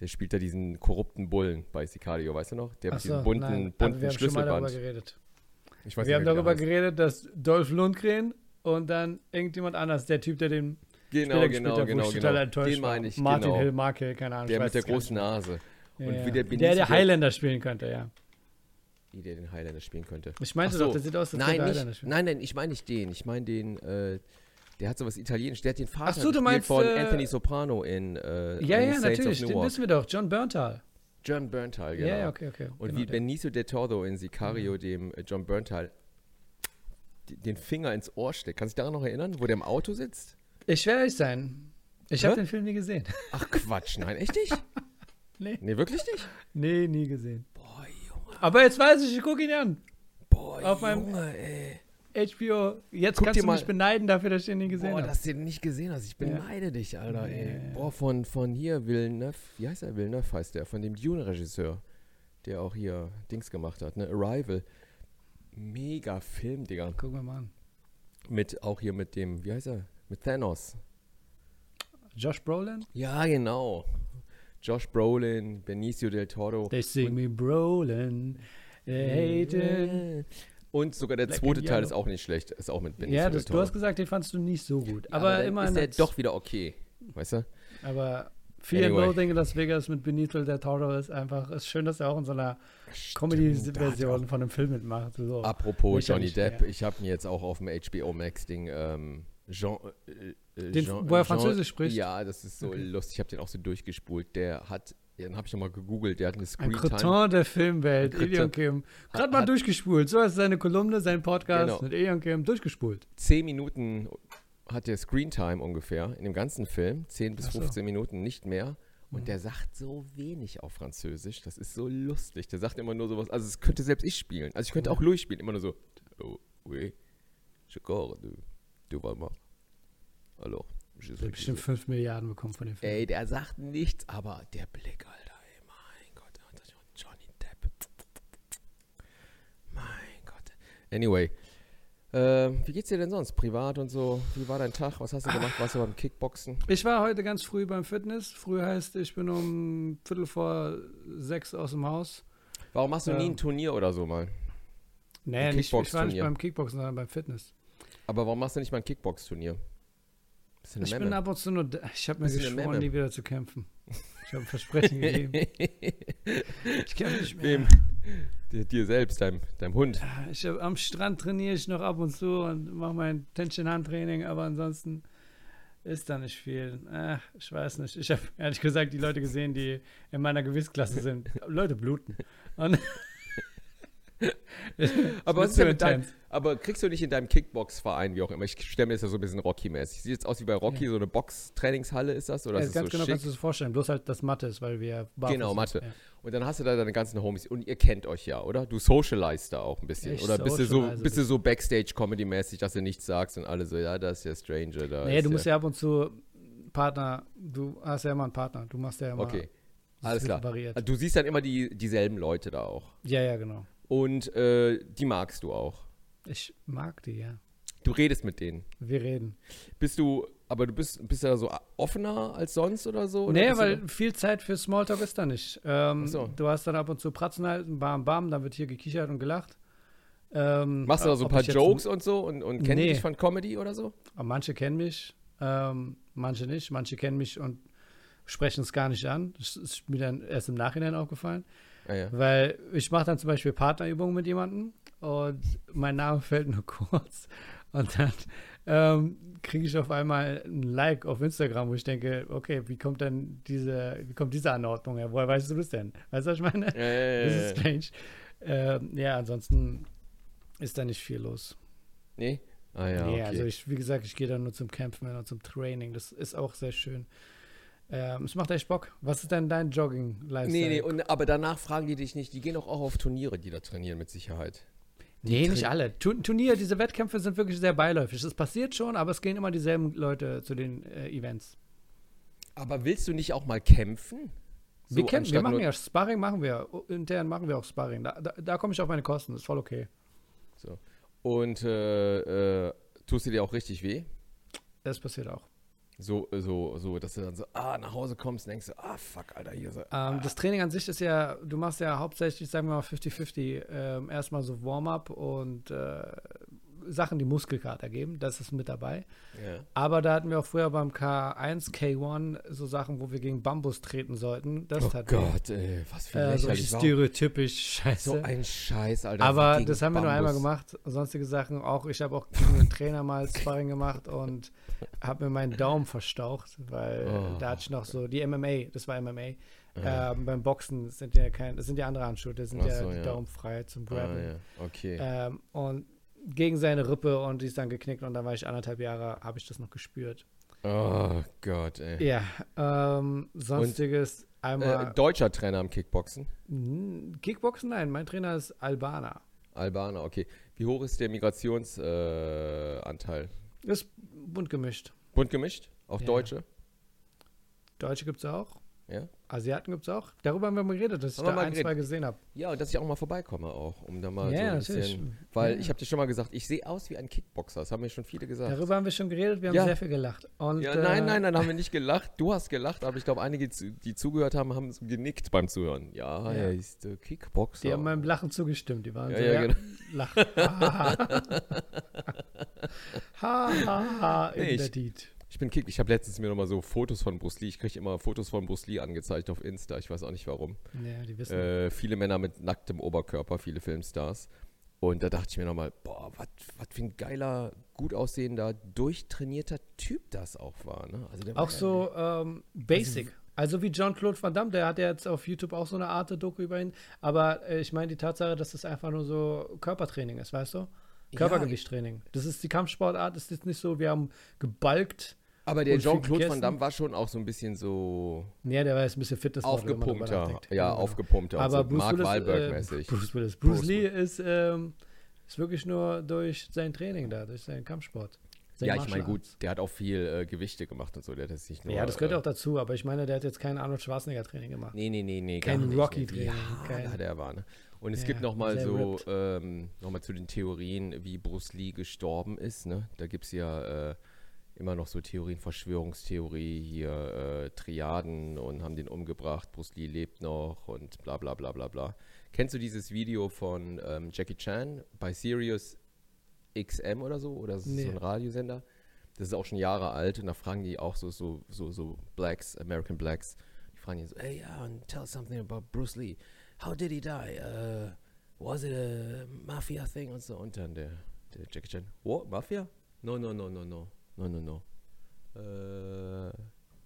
Speaker 1: Der spielt da diesen korrupten Bullen bei Sicario, weißt du noch? Der
Speaker 2: ach
Speaker 1: mit diesem
Speaker 2: so,
Speaker 1: bunten,
Speaker 2: nein, aber
Speaker 1: bunten
Speaker 2: wir haben schon mal darüber
Speaker 1: Schlüsselband.
Speaker 2: geredet.
Speaker 1: Ich weiß nicht
Speaker 2: wir
Speaker 1: mehr,
Speaker 2: haben
Speaker 1: wie der
Speaker 2: darüber
Speaker 1: heißt.
Speaker 2: geredet, dass Dolph Lundgren und dann irgendjemand anders, der Typ, der den
Speaker 1: Genau, genau,
Speaker 2: Spieler gespielt hat, wo
Speaker 1: genau,
Speaker 2: ich total
Speaker 1: genau.
Speaker 2: enttäuscht
Speaker 1: Den
Speaker 2: war.
Speaker 1: meine ich,
Speaker 2: Martin
Speaker 1: genau.
Speaker 2: Hill, Marke, keine Ahnung. ich
Speaker 1: Der
Speaker 2: weiß
Speaker 1: mit der
Speaker 2: es gar nicht.
Speaker 1: großen Nase.
Speaker 2: Ja,
Speaker 1: und
Speaker 2: ja.
Speaker 1: wie der
Speaker 2: der,
Speaker 1: Benicio-
Speaker 2: der Highlander spielen könnte, ja.
Speaker 1: Wie der den Highlander spielen könnte.
Speaker 2: Ich meinte
Speaker 1: Ach so.
Speaker 2: doch, der sieht aus, als
Speaker 1: nein,
Speaker 2: der
Speaker 1: nicht,
Speaker 2: Highlander spielt.
Speaker 1: nein, nein, ich meine nicht den. Ich meine den, äh, der hat sowas Italienisch. Der hat den Vater
Speaker 2: Ach so, du
Speaker 1: gespielt
Speaker 2: meinst,
Speaker 1: von
Speaker 2: äh,
Speaker 1: Anthony Soprano in äh,
Speaker 2: Ja,
Speaker 1: in
Speaker 2: ja,
Speaker 1: Saints
Speaker 2: natürlich,
Speaker 1: of
Speaker 2: den
Speaker 1: Newark.
Speaker 2: wissen wir doch. John Berntal.
Speaker 1: John Berntal, genau.
Speaker 2: Ja, ja, okay, okay.
Speaker 1: Und
Speaker 2: genau,
Speaker 1: wie
Speaker 2: der. Mhm.
Speaker 1: Benicio del Toro in Sicario dem äh, John Berntal d- den Finger ins Ohr steckt. Kannst du dich daran noch erinnern, wo der im Auto sitzt?
Speaker 2: Ich werde ehrlich sein. Ich habe
Speaker 1: Hä?
Speaker 2: den Film nie gesehen. *laughs*
Speaker 1: Ach Quatsch, nein, echt nicht?
Speaker 2: Nee.
Speaker 1: Nee, wirklich nicht?
Speaker 2: Nee, nie gesehen.
Speaker 1: Boah, Junge,
Speaker 2: Aber jetzt weiß ich, ich gucke ihn an.
Speaker 1: boah,
Speaker 2: Auf meinem-
Speaker 1: Junge, ey.
Speaker 2: HBO, jetzt
Speaker 1: Guck
Speaker 2: kannst
Speaker 1: dir
Speaker 2: du mich
Speaker 1: mal-
Speaker 2: beneiden dafür, dass ich ihn nie gesehen
Speaker 1: Boah,
Speaker 2: habe.
Speaker 1: dass du den nicht gesehen hast. Ich beneide dich, Alter, ey. Boah, von, von hier Villeneuve, wie heißt er? Villeneuve heißt der, von dem Dune-Regisseur, der auch hier Dings gemacht hat, ne? Arrival. Mega Film, Digga.
Speaker 2: Gucken wir mal an.
Speaker 1: Mit, auch hier mit dem, wie heißt er? Mit Thanos.
Speaker 2: Josh Brolin?
Speaker 1: Ja, genau. Josh Brolin, Benicio del Toro.
Speaker 2: They sing me Brolin.
Speaker 1: Äh,
Speaker 2: They hated.
Speaker 1: Und sogar der
Speaker 2: Black
Speaker 1: zweite
Speaker 2: and
Speaker 1: Teil ist
Speaker 2: Yellow.
Speaker 1: auch nicht schlecht. Ist auch mit Benny
Speaker 2: Ja,
Speaker 1: Del
Speaker 2: das, du
Speaker 1: Toro.
Speaker 2: hast gesagt, den fandst du nicht so gut. Aber,
Speaker 1: dann
Speaker 2: immerhin.
Speaker 1: Ist der
Speaker 2: hat's-
Speaker 1: doch wieder okay. Weißt du?
Speaker 2: Aber Fear
Speaker 1: Anyway.
Speaker 2: and Loathing in Las Vegas mit Benito del Toro ist einfach, ist schön, dass er auch in so einer
Speaker 1: Stimmt, da hat er
Speaker 2: Comedy-Version von einem Film mitmacht. So.
Speaker 1: auch- Apropos Johnny
Speaker 2: Lächerlich,
Speaker 1: Depp,
Speaker 2: ja.
Speaker 1: ich habe mir jetzt auch auf dem HBO Max Ding ähm, Jean, äh, äh,
Speaker 2: Den,
Speaker 1: Jean,
Speaker 2: wo er
Speaker 1: Jean-
Speaker 2: Französisch spricht?
Speaker 1: Ja, das ist so lustig. Ich habe den auch so durchgespult. Der hat, ja, den habe ich nochmal gegoogelt. Der hat eine
Speaker 2: Ein
Speaker 1: Screen Time.
Speaker 2: Cretin der Filmwelt,
Speaker 1: Ein Cretin.
Speaker 2: Elion Kim. Gerade mal
Speaker 1: hat-
Speaker 2: durchgespult. So heißt seine Kolumne, sein Podcast
Speaker 1: Genau.
Speaker 2: mit Elion Kim durchgespult.
Speaker 1: Zehn Minuten hat der Screen Time ungefähr in dem ganzen Film. Zehn bis
Speaker 2: Ach so. Mhm.
Speaker 1: 15 Minuten, nicht mehr. Und der sagt so wenig auf Französisch. Das ist so lustig. Der sagt immer nur sowas. Also, es könnte selbst ich spielen. Also, ich könnte
Speaker 2: Mhm.
Speaker 1: auch Louis spielen. Immer nur so. Oh, oui. Je corps, du, du war mal. Hallo. Je
Speaker 2: Der
Speaker 1: suis
Speaker 2: hat bestimmt 5 Milliarden bekommen von dem Film.
Speaker 1: Ey, der sagt nichts, aber der Blick, Alter, ey, mein Gott, Alter, Johnny Depp. Mein Gott. Anyway, ähm, wie geht's dir denn sonst? Privat und so? Wie war dein Tag? Was hast du gemacht? Warst du beim Kickboxen?
Speaker 2: Ich war heute ganz früh beim Fitness. Früh heißt, ich bin um Viertel vor sechs aus dem Haus.
Speaker 1: Warum machst du nie
Speaker 2: Ähm.
Speaker 1: ein Turnier oder so mal?
Speaker 2: Nee,
Speaker 1: Ein
Speaker 2: nicht, ich war nicht
Speaker 1: Kickbox-Turnier.
Speaker 2: beim Kickboxen, sondern beim Fitness.
Speaker 1: Aber warum machst du nicht mal ein Kickbox-Turnier? Bisschen
Speaker 2: Ich bin ab und zu nur. da- Ich habe mir
Speaker 1: Das ist eine
Speaker 2: geschworen,
Speaker 1: Memme.
Speaker 2: nie wieder zu kämpfen. Ich habe ein
Speaker 1: *laughs*
Speaker 2: Versprechen gegeben. Ich kämpfe nicht mehr.
Speaker 1: Wem?
Speaker 2: *laughs*
Speaker 1: Dir, dir selbst, deinem, deinem Hund.
Speaker 2: Ich hab, am Strand trainiere ich noch ab und zu und mache mein Tension-Hand-Training, aber ansonsten ist da nicht viel. Ach, ich weiß nicht. Ich habe ehrlich gesagt die Leute gesehen, die in meiner Gewichtsklasse sind. Leute bluten. Und
Speaker 1: Aber, was
Speaker 2: ist
Speaker 1: ist denn
Speaker 2: so
Speaker 1: mit deinem,
Speaker 2: intens.
Speaker 1: aber kriegst du nicht in deinem Kickbox-Verein, wie auch immer? Ich stelle mir das ja so ein bisschen Rocky-mäßig. Sieht jetzt aus wie bei Rocky, so eine Box-Trainingshalle ist das? Oder
Speaker 2: Ja,
Speaker 1: ist das
Speaker 2: ganz
Speaker 1: so
Speaker 2: genau
Speaker 1: schick?
Speaker 2: kannst du es vorstellen. Bloß halt, dass Mathe ist, weil wir. barfuß
Speaker 1: Genau,
Speaker 2: sind.
Speaker 1: Mathe.
Speaker 2: Ja.
Speaker 1: Und dann hast du da deine ganzen Homies. Und ihr kennt euch ja, oder? Du socialized da auch ein bisschen.
Speaker 2: Ich
Speaker 1: oder bist du so,
Speaker 2: socialize
Speaker 1: bist du so Backstage-Comedy-mäßig, dass du nichts sagst und alle so, ja, da ist der Stranger da.
Speaker 2: Naja,
Speaker 1: ist
Speaker 2: du musst
Speaker 1: der.
Speaker 2: ja ab und zu Partner. Du hast ja immer einen Partner. Du machst ja immer.
Speaker 1: Okay,
Speaker 2: das
Speaker 1: alles
Speaker 2: wird
Speaker 1: klar. Also
Speaker 2: Variiert.
Speaker 1: Du siehst dann immer die, dieselben Leute da auch.
Speaker 2: Ja, ja, genau.
Speaker 1: Und äh, die magst du auch.
Speaker 2: Ich mag die, ja.
Speaker 1: Du redest mit denen.
Speaker 2: Wir reden.
Speaker 1: Bist du, aber du bist, bist du da so offener als sonst oder so? Oder
Speaker 2: Nee,
Speaker 1: bist du da-
Speaker 2: weil viel Zeit für Smalltalk ist da nicht. Ähm,
Speaker 1: Ach so.
Speaker 2: Du hast dann ab und zu Pratzen halten, bam, bam, dann wird hier gekichert und gelacht. Ähm,
Speaker 1: Machst du da so ein
Speaker 2: ob
Speaker 1: paar
Speaker 2: ich jetzt-
Speaker 1: Jokes und so und, und kennst
Speaker 2: Nee.
Speaker 1: dich von Comedy oder so?
Speaker 2: Aber Manche kennen mich, ähm, manche nicht. Manche kennen mich und sprechen es gar nicht an. Das ist mir dann erst im Nachhinein aufgefallen.
Speaker 1: Ah, ja.
Speaker 2: Weil ich mache dann zum Beispiel Partnerübungen mit jemandem und mein Name fällt nur *laughs* kurz. Und dann ähm, kriege ich auf einmal ein Like auf Instagram, wo ich denke, okay, wie kommt denn diese, wie kommt diese Anordnung her? Woher weißt du das denn? Weißt du, was ich meine?
Speaker 1: Ja, ja, ja,
Speaker 2: Das
Speaker 1: ja,
Speaker 2: ist
Speaker 1: ja.
Speaker 2: strange. Ähm, ja, ansonsten ist da nicht viel los.
Speaker 1: Nee? Ah ja,
Speaker 2: nee,
Speaker 1: okay.
Speaker 2: also ich, wie gesagt, ich gehe dann nur zum Kämpfen und zum Training. Das ist auch sehr schön. Ähm, es macht echt Bock. Was ist denn dein
Speaker 1: Nee,
Speaker 2: Jogging-Lifestyle?
Speaker 1: nee, und, aber danach fragen die dich nicht. Die gehen doch auch auf Turniere, die da trainieren, mit Sicherheit.
Speaker 2: Nee, nicht
Speaker 1: Tra-
Speaker 2: alle. Tu- Turnier, diese Wettkämpfe sind wirklich sehr beiläufig. Es passiert schon, aber es gehen immer dieselben Leute zu den äh, Events.
Speaker 1: Aber willst du nicht auch mal kämpfen?
Speaker 2: Wir kämpfen, wir
Speaker 1: anstatt
Speaker 2: machen
Speaker 1: nur-
Speaker 2: ja Sparring, machen wir. O- Intern machen wir auch Sparring. Da, da, da komme ich auf meine Kosten, ist voll okay.
Speaker 1: So. Und äh, äh, tust du dir auch richtig weh?
Speaker 2: Das passiert auch.
Speaker 1: So, so, so, dass du dann so, ah, nach Hause kommst und denkst, so, ah, fuck, Alter, hier so.
Speaker 2: Ähm, das Training an sich ist ja, du machst ja hauptsächlich, sagen wir mal, 50-50. Ähm, erstmal so Warm-up und äh, Sachen, die Muskelkater geben. Das ist mit dabei.
Speaker 1: Ja.
Speaker 2: Aber da hatten wir auch früher beim K1, K1 so Sachen, wo wir gegen Bambus treten sollten. Das
Speaker 1: Oh
Speaker 2: tat weh.
Speaker 1: Gott, ey, was für ein
Speaker 2: Äh, so
Speaker 1: lächerlich.
Speaker 2: richtig
Speaker 1: Warum-
Speaker 2: stereotypisch Scheiße.
Speaker 1: so ein Scheiß, Alter.
Speaker 2: Aber
Speaker 1: gegen
Speaker 2: das haben wir nur
Speaker 1: Bambus.
Speaker 2: einmal gemacht. Sonstige Sachen auch. Ich habe auch gegen den Trainer mal Sparring gemacht und habe mir meinen Daumen verstaucht, weil
Speaker 1: Oh.
Speaker 2: da hatte ich noch so die MMA, das war MMA. Ähm, beim Boxen sind ja kein, das sind ja andere Handschuhe, das sind
Speaker 1: Ach
Speaker 2: ja
Speaker 1: so,
Speaker 2: die
Speaker 1: ja.
Speaker 2: Daumen frei zum
Speaker 1: Ah,
Speaker 2: Graben.
Speaker 1: ja. Okay.
Speaker 2: ähm, und gegen seine Rippe und die ist dann geknickt und da war ich anderthalb Jahre, habe ich das noch gespürt.
Speaker 1: Oh Gott, ey.
Speaker 2: Ja, ähm, sonstiges einmal
Speaker 1: Äh, deutscher Trainer am Kickboxen.
Speaker 2: Hm, Kickboxen, nein, mein Trainer ist Albaner.
Speaker 1: Albaner, okay. Wie hoch ist der Migrationsanteil? Äh, Anteil?
Speaker 2: Ist bunt gemischt.
Speaker 1: Bunt gemischt? Auch
Speaker 2: Ja.
Speaker 1: Deutsche?
Speaker 2: Deutsche gibt es auch.
Speaker 1: Ja?
Speaker 2: Asiaten gibt es auch. Darüber haben wir mal geredet, dass ich
Speaker 1: Haben wir
Speaker 2: da
Speaker 1: mal
Speaker 2: ein, zwei
Speaker 1: geredet.
Speaker 2: gesehen habe.
Speaker 1: Ja, und dass ich auch mal vorbeikomme auch, um da mal
Speaker 2: Ja,
Speaker 1: so ein
Speaker 2: natürlich.
Speaker 1: bisschen, weil ich habe dir schon mal gesagt, ich sehe aus wie ein Kickboxer, das haben mir schon viele gesagt.
Speaker 2: Darüber haben wir schon geredet, wir haben
Speaker 1: Ja.
Speaker 2: sehr viel gelacht. Und,
Speaker 1: ja, nein,
Speaker 2: äh,
Speaker 1: nein, dann haben wir nicht gelacht. Du hast gelacht, aber ich glaube, einige, zu- die zugehört haben, haben so genickt beim Zuhören. Ja,
Speaker 2: Ja.
Speaker 1: er ist äh, Kickboxer.
Speaker 2: Die haben meinem Lachen zugestimmt. Die waren
Speaker 1: Ja,
Speaker 2: so,
Speaker 1: ja,
Speaker 2: ja,
Speaker 1: genau.
Speaker 2: lach. ha, ha, ha, in
Speaker 1: Nee, ich-
Speaker 2: der Diet.
Speaker 1: ich bin Kick. Ich habe letztens mir nochmal so Fotos von Bruce Lee. Ich kriege immer Fotos von Bruce Lee angezeigt auf Insta. Ich weiß auch nicht warum.
Speaker 2: Ja, die wissen.
Speaker 1: Äh, viele Männer mit nacktem Oberkörper, viele Filmstars. Und da dachte ich mir nochmal, boah, was für ein geiler, gut aussehender, durchtrainierter Typ das auch war. Ne? Also der war
Speaker 2: Auch so ähm, basic. Also wie Jean-Claude Van Damme, der hat ja jetzt auf YouTube auch so eine Art Doku über ihn. Aber äh, ich meine die Tatsache, dass das einfach nur so Körpertraining ist, weißt du?
Speaker 1: Ja.
Speaker 2: Körpergewichttraining. Das ist die Kampfsportart, ist jetzt nicht so, wir haben gebalgt.
Speaker 1: Aber der
Speaker 2: und viel
Speaker 1: Jean-Claude Van
Speaker 2: gegessen.
Speaker 1: Damme war schon auch so ein bisschen so
Speaker 2: Nee, der war jetzt ein bisschen fitness
Speaker 1: aufgepumpter. Ja, aufgepumpter. und
Speaker 2: Genau. Aber
Speaker 1: so
Speaker 2: Bruce
Speaker 1: Mark
Speaker 2: Willis,
Speaker 1: Wahlberg-mäßig.
Speaker 2: Äh, Bruce Willis. Bruce,
Speaker 1: Bruce
Speaker 2: Lee ist, ähm, ist wirklich nur durch sein Training da, durch seinen Kampfsport. Sein
Speaker 1: ja, ich meine,
Speaker 2: Martial
Speaker 1: gut,
Speaker 2: Arts.
Speaker 1: der hat auch viel äh, Gewichte gemacht und so. Der hat jetzt nicht nur.
Speaker 2: Ja, das gehört
Speaker 1: äh,
Speaker 2: auch dazu, aber ich meine, der hat jetzt kein Arnold Schwarzenegger-Training gemacht.
Speaker 1: Nee, nee, nee, nee.
Speaker 2: Kein
Speaker 1: gar nicht,
Speaker 2: Rocky
Speaker 1: nee.
Speaker 2: Training, kein-
Speaker 1: Ja, der war, ne? Und es
Speaker 2: Ja,
Speaker 1: gibt nochmal
Speaker 2: sehr
Speaker 1: so,
Speaker 2: ripped.
Speaker 1: ähm, nochmal zu den Theorien, wie Bruce Lee gestorben ist, ne? Da gibt es ja äh, immer noch so Theorien, Verschwörungstheorie, hier äh, Triaden und haben den umgebracht, Bruce Lee lebt noch und bla bla bla bla bla. Kennst du dieses Video von ähm, Jackie Chan bei Sirius XM oder so? Oder ist es so
Speaker 2: Nee.
Speaker 1: ein Radiosender? Das ist auch schon Jahre alt und da fragen die auch so, so, so, so Blacks, American Blacks. Die fragen die so, hey, yeah, and tell us something about Bruce Lee. How did he die? Uh, was it a Mafia thing? Und so. Und dann der, der Jackie Chan, what, Mafia? No, no, no, no, no, no, no, no. Äh,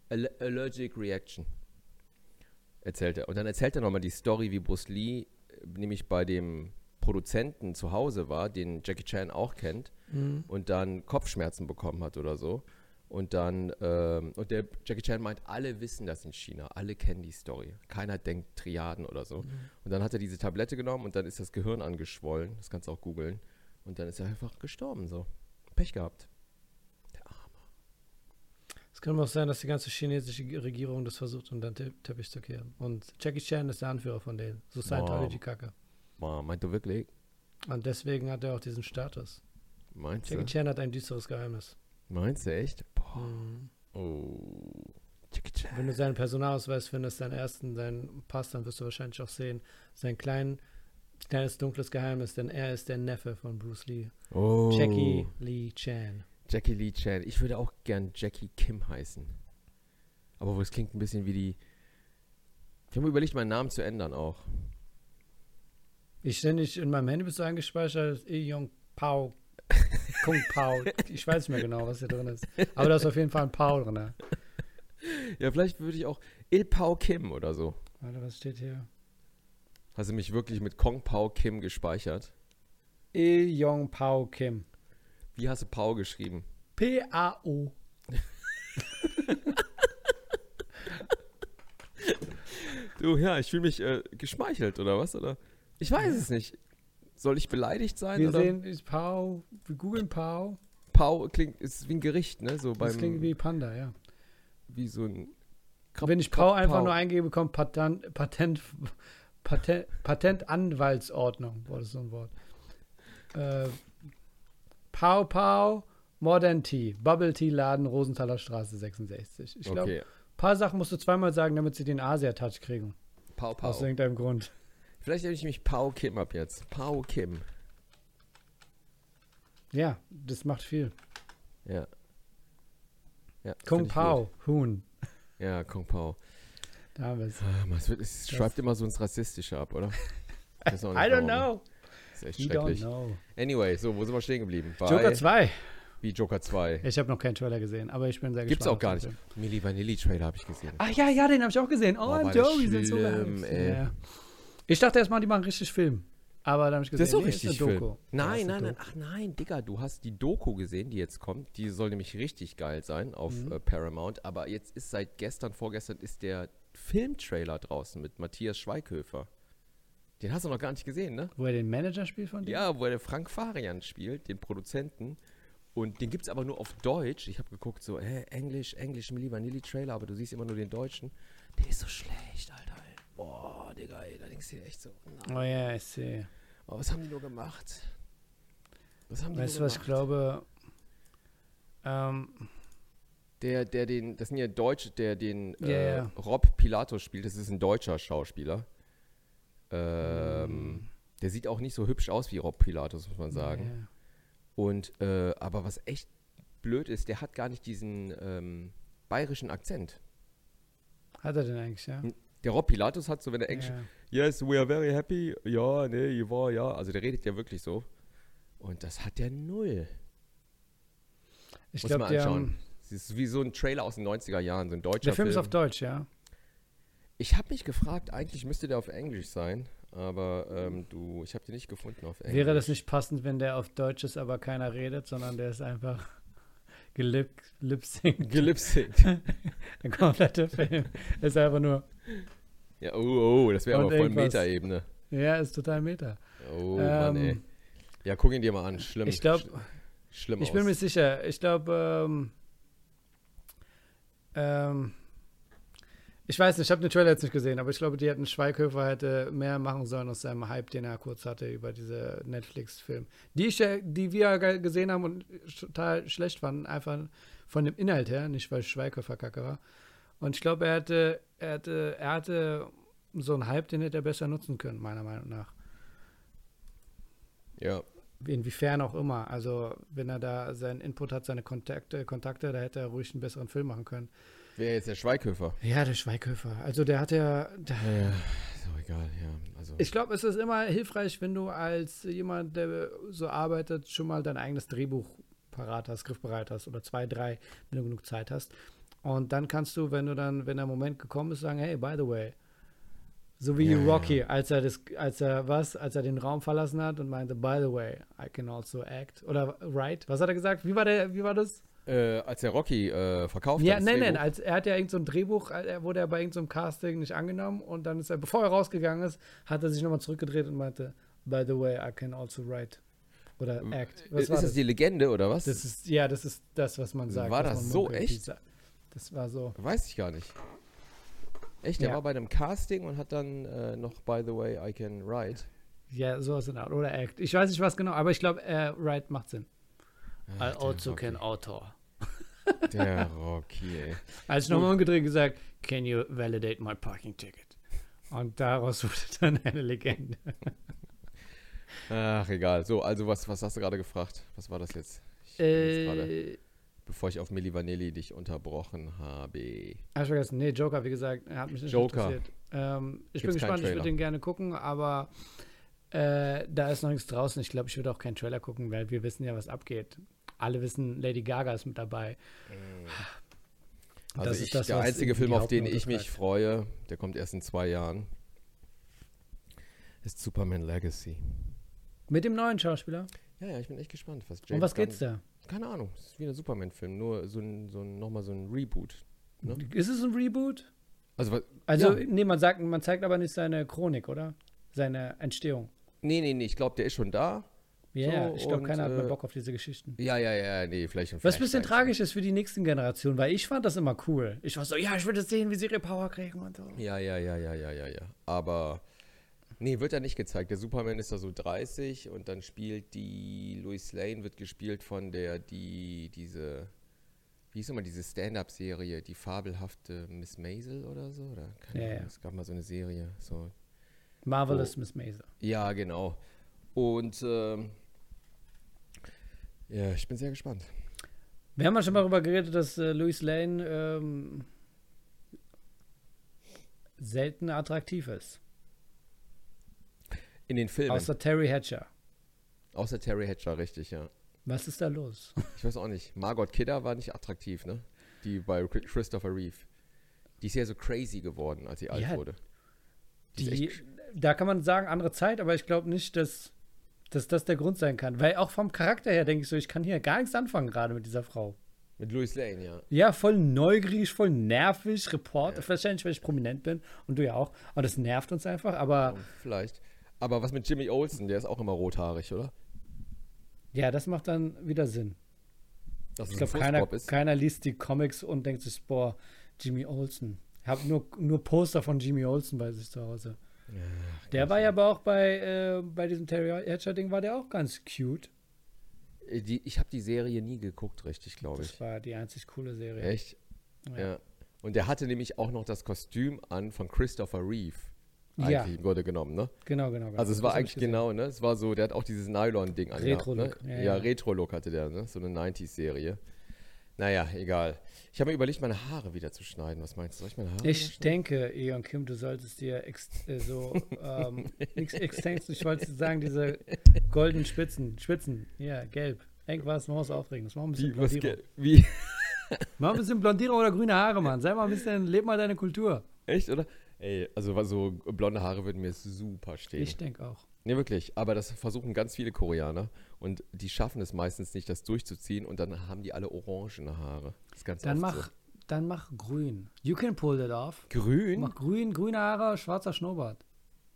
Speaker 1: Alle- allergic Reaction. Erzählt er. Und dann erzählt er nochmal die Story, wie Bruce Lee äh, nämlich bei dem Produzenten zu Hause war, den Jackie Chan auch kennt,
Speaker 2: Mhm.
Speaker 1: und dann Kopfschmerzen bekommen hat oder so. Und dann, ähm, und der Jackie Chan meint, alle wissen das in China, alle kennen die Story. Keiner denkt Triaden oder so.
Speaker 2: Mhm.
Speaker 1: Und dann hat er diese Tablette genommen und dann ist das Gehirn angeschwollen, das kannst du auch googeln. Und dann ist er einfach gestorben, so. Pech gehabt. Der Arme.
Speaker 2: Es kann auch sein, dass die ganze chinesische Regierung das versucht, um dann Te- Teppich zu kehren. Und Jackie Chan ist der Anführer von denen. So Scientology-Kacke.
Speaker 1: Ma, meint du wirklich?
Speaker 2: Und deswegen hat er auch diesen Status.
Speaker 1: Meinst
Speaker 2: Jackie
Speaker 1: du?
Speaker 2: Chan hat ein düsteres Geheimnis. Hm.
Speaker 1: Meinst du echt? Boah. Oh. Jackie Chan.
Speaker 2: Wenn du seinen Personalausweis findest, deinen ersten, deinen Pass, dann wirst du wahrscheinlich auch sehen, sein klein, kleines dunkles Geheimnis, denn er ist der Neffe von Bruce Lee.
Speaker 1: Oh.
Speaker 2: Jackie Lee Chan.
Speaker 1: Jackie Lee Chan. Ich würde auch gern Jackie Kim heißen. Aber wo es klingt ein bisschen wie die. Ich habe mir überlegt, meinen Namen zu ändern auch.
Speaker 2: Ich nenne dich in meinem Handy bist du eingespeichert als E. Jong Pao. Kung
Speaker 1: *laughs*
Speaker 2: Pao. Ich weiß nicht mehr genau, was hier drin ist. Aber da ist auf jeden Fall ein Pao drin. ja.
Speaker 1: Ja, vielleicht würde ich auch Il Pao Kim oder so.
Speaker 2: Warte, was steht hier?
Speaker 1: Hast du mich wirklich mit Kong Pao Kim gespeichert?
Speaker 2: E. Jong Pao Kim.
Speaker 1: Wie hast du Pao geschrieben?
Speaker 2: P-A-O.
Speaker 1: Du, ja, ich fühle mich äh, geschmeichelt oder was? Oder? Ich weiß es nicht. Soll ich beleidigt sein?
Speaker 2: Wir
Speaker 1: oder?
Speaker 2: sehen ist Pao. Wir googeln Pao.
Speaker 1: Pao klingt ist wie ein Gericht, ne? So
Speaker 2: Das
Speaker 1: beim,
Speaker 2: klingt
Speaker 1: wie,
Speaker 2: wie Panda, ja.
Speaker 1: so ein.
Speaker 2: Wenn ich Pau einfach nur eingebe, kommt Patent, Patent, Patent, Patentanwaltsordnung, war das so ein Wort. Äh, Pau Pau, Modern Tea, Bubble Tea Laden, Rosenthaler Straße 66. Ich glaube,
Speaker 1: Okay.
Speaker 2: ein paar Sachen musst du zweimal sagen, damit sie den Asia-Touch kriegen.
Speaker 1: Pao
Speaker 2: Aus
Speaker 1: Pao.
Speaker 2: irgendeinem Grund.
Speaker 1: Vielleicht nehme ich mich Pao Kim ab jetzt. Pao Kim.
Speaker 2: Ja, das macht viel.
Speaker 1: Ja. ja find ich
Speaker 2: Kung
Speaker 1: gut.
Speaker 2: Pao, Huhn.
Speaker 1: Ja, Kung Pao.
Speaker 2: Da haben wir es.
Speaker 1: Ah, man, Es, wird, es schreibt immer so ins Rassistische ab,
Speaker 2: *laughs*
Speaker 1: oder? I
Speaker 2: I don't know.
Speaker 1: Ist echt
Speaker 2: You don't
Speaker 1: schrecklich.
Speaker 2: know.
Speaker 1: Anyway, so, wo sind wir stehen geblieben? Bei
Speaker 2: Joker 2.
Speaker 1: Wie Joker 2.
Speaker 2: Ich habe noch keinen Trailer gesehen, aber ich bin sehr
Speaker 1: Gibt's
Speaker 2: gespannt.
Speaker 1: auch
Speaker 2: auf
Speaker 1: gar
Speaker 2: den
Speaker 1: nicht.
Speaker 2: Film.
Speaker 1: Milli Vanilli Trailer habe ich gesehen.
Speaker 2: Ach ja, ja, den habe ich auch gesehen. Oh,
Speaker 1: Boah, war
Speaker 2: und
Speaker 1: der
Speaker 2: Joey sind so
Speaker 1: schlimm,
Speaker 2: gehypt.
Speaker 1: ey.
Speaker 2: Ja. Ich dachte erst mal, die machen richtig Film. Aber dann habe ich gesehen,
Speaker 1: Das ist so
Speaker 2: nee,
Speaker 1: richtig
Speaker 2: eine
Speaker 1: Film.
Speaker 2: Doku. Ja,
Speaker 1: Nein,
Speaker 2: ist eine
Speaker 1: nein, nein.
Speaker 2: Doku.
Speaker 1: Ach nein, Digga, du hast die Doku gesehen, die jetzt kommt. Die soll nämlich richtig geil sein auf
Speaker 2: Mhm.
Speaker 1: äh, Paramount. Aber jetzt ist seit gestern, vorgestern, ist der Filmtrailer draußen mit Matthias Schweighöfer. Den hast du noch gar nicht gesehen, ne?
Speaker 2: Wo er den Manager spielt von dir?
Speaker 1: Ja, wo er der Frank Farian spielt, den Produzenten. Und den gibt es aber nur auf Deutsch. Ich habe geguckt, so, hä, Englisch, Englisch, Milli Vanilli Trailer, aber du siehst immer nur den Deutschen. Der ist so schlecht, Alter. ey. Boah, Digga, ey, da denkst du dir echt so. Na,
Speaker 2: Oh ja, ich sehe.
Speaker 1: oh, was haben die nur gemacht? Was haben die
Speaker 2: Weißt du,
Speaker 1: nur
Speaker 2: was ich
Speaker 1: gemacht?
Speaker 2: glaube? Ähm,
Speaker 1: Der, der den, das sind ja Deutsche, der den
Speaker 2: Ja,
Speaker 1: äh,
Speaker 2: ja.
Speaker 1: Rob Pilatus spielt, das ist ein deutscher Schauspieler. Ähm,
Speaker 2: Hm.
Speaker 1: Der sieht auch nicht so hübsch aus wie Rob Pilatus, muss man sagen.
Speaker 2: ja.
Speaker 1: Und, äh, aber was echt blöd ist, der hat gar nicht diesen ähm, bayerischen Akzent.
Speaker 2: Hat er denn eigentlich, ja?
Speaker 1: Der Rob Pilatus hat so, wenn er Englisch,
Speaker 2: Ja.
Speaker 1: yes, we are very happy, ja, nee, you war, ja. Also der redet ja wirklich so. Und das hat der null.
Speaker 2: Ich
Speaker 1: Muss man
Speaker 2: glaube, der, ähm,
Speaker 1: anschauen. Das ist wie so ein Trailer aus den 90er Jahren, so ein deutscher
Speaker 2: der Film ist auf Deutsch, ja?
Speaker 1: Ich habe mich gefragt, eigentlich müsste der auf Englisch sein, aber ähm, du, ich habe den nicht gefunden auf Englisch.
Speaker 2: Wäre das nicht passend, wenn der auf Deutsch ist, aber keiner redet, sondern der ist einfach *laughs* gelip synct *laughs*
Speaker 1: gelipsingt?
Speaker 2: der komplette Film. Ist einfach nur,
Speaker 1: ja, oh, oh, das wäre
Speaker 2: Und
Speaker 1: aber voll
Speaker 2: irgendwas.
Speaker 1: Metaebene.
Speaker 2: ja, ist total meta.
Speaker 1: Oh Mann,
Speaker 2: Ähm,
Speaker 1: ey. Ja, guck ihn dir mal an. Schlimm.
Speaker 2: ich glaub,
Speaker 1: Sch- schlimm
Speaker 2: Ich bin mir
Speaker 1: aus.
Speaker 2: sicher, ich glaube, ähm, ähm, ich weiß nicht, ich habe den Trailer jetzt nicht gesehen, aber ich glaube, die hätten Schweighöfer hätte mehr machen sollen aus seinem Hype, den er kurz hatte über diese Netflix-Film, die ich, ja- die wir ge- gesehen haben und sch- total schlecht fanden, einfach von dem Inhalt her, nicht weil Schweighöfer kacke war. Und ich glaube, er hätte, er hätte, er hatte so einen Hype, den hätte er besser nutzen können, meiner Meinung nach
Speaker 1: Ja,
Speaker 2: inwiefern auch immer. Also wenn er da seinen Input hat, seine Kontakte, Kontakte, da hätte er ruhig einen besseren Film machen können.
Speaker 1: wäre jetzt der Schweighöfer.
Speaker 2: Ja, der Schweighöfer. Also der hat ja. Der
Speaker 1: Ja, ja, ist auch egal, ja. Also,
Speaker 2: ich glaube, es ist immer hilfreich, wenn du als jemand, der so arbeitet, schon mal dein eigenes Drehbuch parat hast, griffbereit hast oder zwei, drei, wenn du genug Zeit hast. Und dann kannst du, wenn du dann, wenn der Moment gekommen ist, sagen, hey, by the way. So wie
Speaker 1: Ja,
Speaker 2: Rocky, als er das, als er was, als er den Raum verlassen hat und meinte, by the way, I can also act. Oder right? Was hat er gesagt? Wie war der, wie war das?
Speaker 1: äh, als der Rocky äh, verkauft
Speaker 2: Ja,
Speaker 1: hat, das
Speaker 2: nein, nein,
Speaker 1: Drehbuch-
Speaker 2: als, er hat ja irgend so ein Drehbuch, äh, er wurde ja bei irgendeinem so einem Casting nicht angenommen und dann ist er, bevor er rausgegangen ist, hat er sich nochmal zurückgedreht und meinte, by the way, I can also write oder act. also, Was
Speaker 1: Ähm, äh, ist
Speaker 2: war
Speaker 1: das,
Speaker 2: das?
Speaker 1: die Legende oder was?
Speaker 2: Das ist, ja, das ist das, was man sagt.
Speaker 1: War
Speaker 2: was
Speaker 1: das
Speaker 2: man
Speaker 1: so
Speaker 2: munkelt,
Speaker 1: echt?
Speaker 2: die Sa- Das war so.
Speaker 1: Weiß ich gar nicht. Echt, der
Speaker 2: Ja.
Speaker 1: war bei einem Casting und hat dann äh, noch By the way, I can write.
Speaker 2: Ja, sowas in der Art. Oder act. Ich weiß nicht was genau, aber ich glaube, äh, write macht Sinn.
Speaker 1: Ach, Ah, der
Speaker 2: also
Speaker 1: Rocky. *laughs*
Speaker 2: author.
Speaker 1: Der Rocky, ey.
Speaker 2: Als ich nochmal umgedreht gesagt, can you validate my parking ticket? Und daraus *laughs* wurde dann eine Legende.
Speaker 1: Ach, egal. So, also was, was hast du gerade gefragt? Was war das jetzt? Ich bin jetzt gerade,
Speaker 2: Äh,
Speaker 1: bevor ich auf Milli Vanilli dich unterbrochen habe.
Speaker 2: Hab ich vergessen. Nee, Joker, wie gesagt, hat mich nicht
Speaker 1: Joker.
Speaker 2: interessiert. Ähm, ich
Speaker 1: Gibt's keinen
Speaker 2: bin gespannt, ich würde
Speaker 1: Trailer.
Speaker 2: den gerne gucken, aber äh, da ist noch nichts draußen. Ich glaube, ich würde auch keinen Trailer gucken, weil wir wissen ja, was abgeht. Alle wissen, Lady Gaga ist mit dabei.
Speaker 1: Also
Speaker 2: ist
Speaker 1: ich,
Speaker 2: Mm. das,
Speaker 1: der
Speaker 2: was
Speaker 1: einzige
Speaker 2: irgendwie
Speaker 1: Film,
Speaker 2: die
Speaker 1: auf den
Speaker 2: Hauptnote
Speaker 1: ich mich
Speaker 2: trägt.
Speaker 1: freue, der kommt erst in zwei Jahren, ist Superman Legacy.
Speaker 2: Mit dem neuen Schauspieler.
Speaker 1: Ja, ja, ich bin echt gespannt, was James
Speaker 2: Um was
Speaker 1: Gunn-
Speaker 2: geht's da?
Speaker 1: Keine Ahnung, es ist wie ein Superman-Film, nur so ein, so ein, nochmal so ein Reboot. Ne?
Speaker 2: Ist es ein Reboot?
Speaker 1: Also, was-
Speaker 2: Also,
Speaker 1: Ja.
Speaker 2: nee, man sagt, man zeigt aber nicht seine Chronik, oder? Seine Entstehung.
Speaker 1: nee, nee, nee, ich glaube, der ist schon da.
Speaker 2: Ja,
Speaker 1: So,
Speaker 2: ja, ich glaube,
Speaker 1: und,
Speaker 2: keiner hat mehr
Speaker 1: äh,
Speaker 2: Bock auf diese Geschichten.
Speaker 1: Ja, ja, ja, nee, vielleicht ein
Speaker 2: Was ein bisschen
Speaker 1: Flashback.
Speaker 2: tragisch ist für die nächsten Generationen, weil ich fand das immer cool. Ich war so, ja, ich würde sehen, wie sie ihre Power kriegen und so.
Speaker 1: Ja, ja, ja, ja, ja, ja, ja. Aber nee, wird da nicht gezeigt. Der Superman ist da so 30 und dann spielt die Louis Lane wird gespielt von der die diese wie hieß immer diese Stand-up-Serie, die fabelhafte Miss Maisel oder so oder keine
Speaker 2: Ja, ja.
Speaker 1: Ahnung. Es gab mal so eine Serie, so
Speaker 2: Marvelous
Speaker 1: Oh.
Speaker 2: Miss Maisel.
Speaker 1: ja genau. Und ähm, ja, ich bin sehr gespannt.
Speaker 2: Wir haben ja schon mal darüber geredet, dass äh, Louis Lane ähm, selten attraktiv ist.
Speaker 1: In den Filmen. Außer,
Speaker 2: Außer Terry Hatcher.
Speaker 1: Terry Hatcher, richtig, ja.
Speaker 2: Was ist da los?
Speaker 1: Ich weiß auch nicht. Margot Kidder war nicht attraktiv, ne? Die bei Chri- Christopher Reeve. Die ist ja so crazy geworden, als sie alt
Speaker 2: Ja,
Speaker 1: wurde. Die,
Speaker 2: Die,
Speaker 1: ist echt,
Speaker 2: da kann man sagen, andere Zeit, aber ich glaube nicht, dass, dass das der Grund sein kann. Weil auch vom Charakter her denke ich so, ich kann hier gar nichts anfangen gerade mit dieser Frau.
Speaker 1: mit Louis Lane, ja.
Speaker 2: Ja, voll neugierig, voll nervig, Reporter. Wahrscheinlich, weil ich prominent bin und du ja auch. Und das nervt uns einfach, aber
Speaker 1: Ähm, Vielleicht. Aber was mit Jimmy Olsen? Der ist auch immer rothaarig, oder?
Speaker 2: ja, das macht dann wieder Sinn.
Speaker 1: Dass
Speaker 2: Ich
Speaker 1: es ein
Speaker 2: glaube, keiner,
Speaker 1: Fußpop ist.
Speaker 2: keiner liest die Comics und denkt sich, boah, Jimmy Olsen, Ich habe nur, nur Poster von Jimmy Olsen bei sich zu Hause. der war ja aber auch bei, äh, bei diesem Terry Hatcher-Ding, war der auch ganz cute.
Speaker 1: Äh, Die, ich habe die Serie nie geguckt, richtig, glaube ich.
Speaker 2: Das war die einzig coole Serie.
Speaker 1: Echt? Ja. Und der hatte nämlich auch noch das Kostüm an von Christopher Reeve.
Speaker 2: Ja.
Speaker 1: Eigentlich im Grunde genommen, ne?
Speaker 2: Genau, genau, genau.
Speaker 1: Also es
Speaker 2: Das
Speaker 1: war
Speaker 2: hab ich
Speaker 1: eigentlich genau, ne? Es war so, der hat auch dieses Nylon-Ding angehabt, ne?
Speaker 2: Retro-Look,
Speaker 1: Ja,
Speaker 2: ja,
Speaker 1: ja.
Speaker 2: ja.
Speaker 1: Retro-Look hatte der, ne? So eine 90s-Serie. Naja, egal. Ich habe mir überlegt, meine Haare wieder zu schneiden. Was meinst du? Soll ich meine Haare wieder
Speaker 2: Ich denke, Eon Kim, du solltest dir ex äh, so ähm,
Speaker 1: *laughs*
Speaker 2: nix Extensions, ich wollte sagen, diese goldenen Spitzen, Spitzen, ja, gelb. Irgendwas, man muss aufregen. Das machen ein bisschen
Speaker 1: Wie, was
Speaker 2: Blondierung.
Speaker 1: ge- wie, *laughs*
Speaker 2: Mach ein bisschen Blondierung oder grüne Haare, Mann. Sei mal ein bisschen, leb mal deine Kultur.
Speaker 1: echt, oder? Ey, also was so blonde Haare würden mir super stehen.
Speaker 2: Ich denke auch.
Speaker 1: Nee, wirklich. Aber das versuchen ganz viele Koreaner. Und die schaffen es meistens nicht, das durchzuziehen. Und dann haben die alle orangene Haare. Das ist ganz
Speaker 2: Dann
Speaker 1: oft
Speaker 2: mach, dann mach grün. You can pull that off.
Speaker 1: So. Grün?
Speaker 2: Mach grün, grüne Haare, schwarzer Schnurrbart.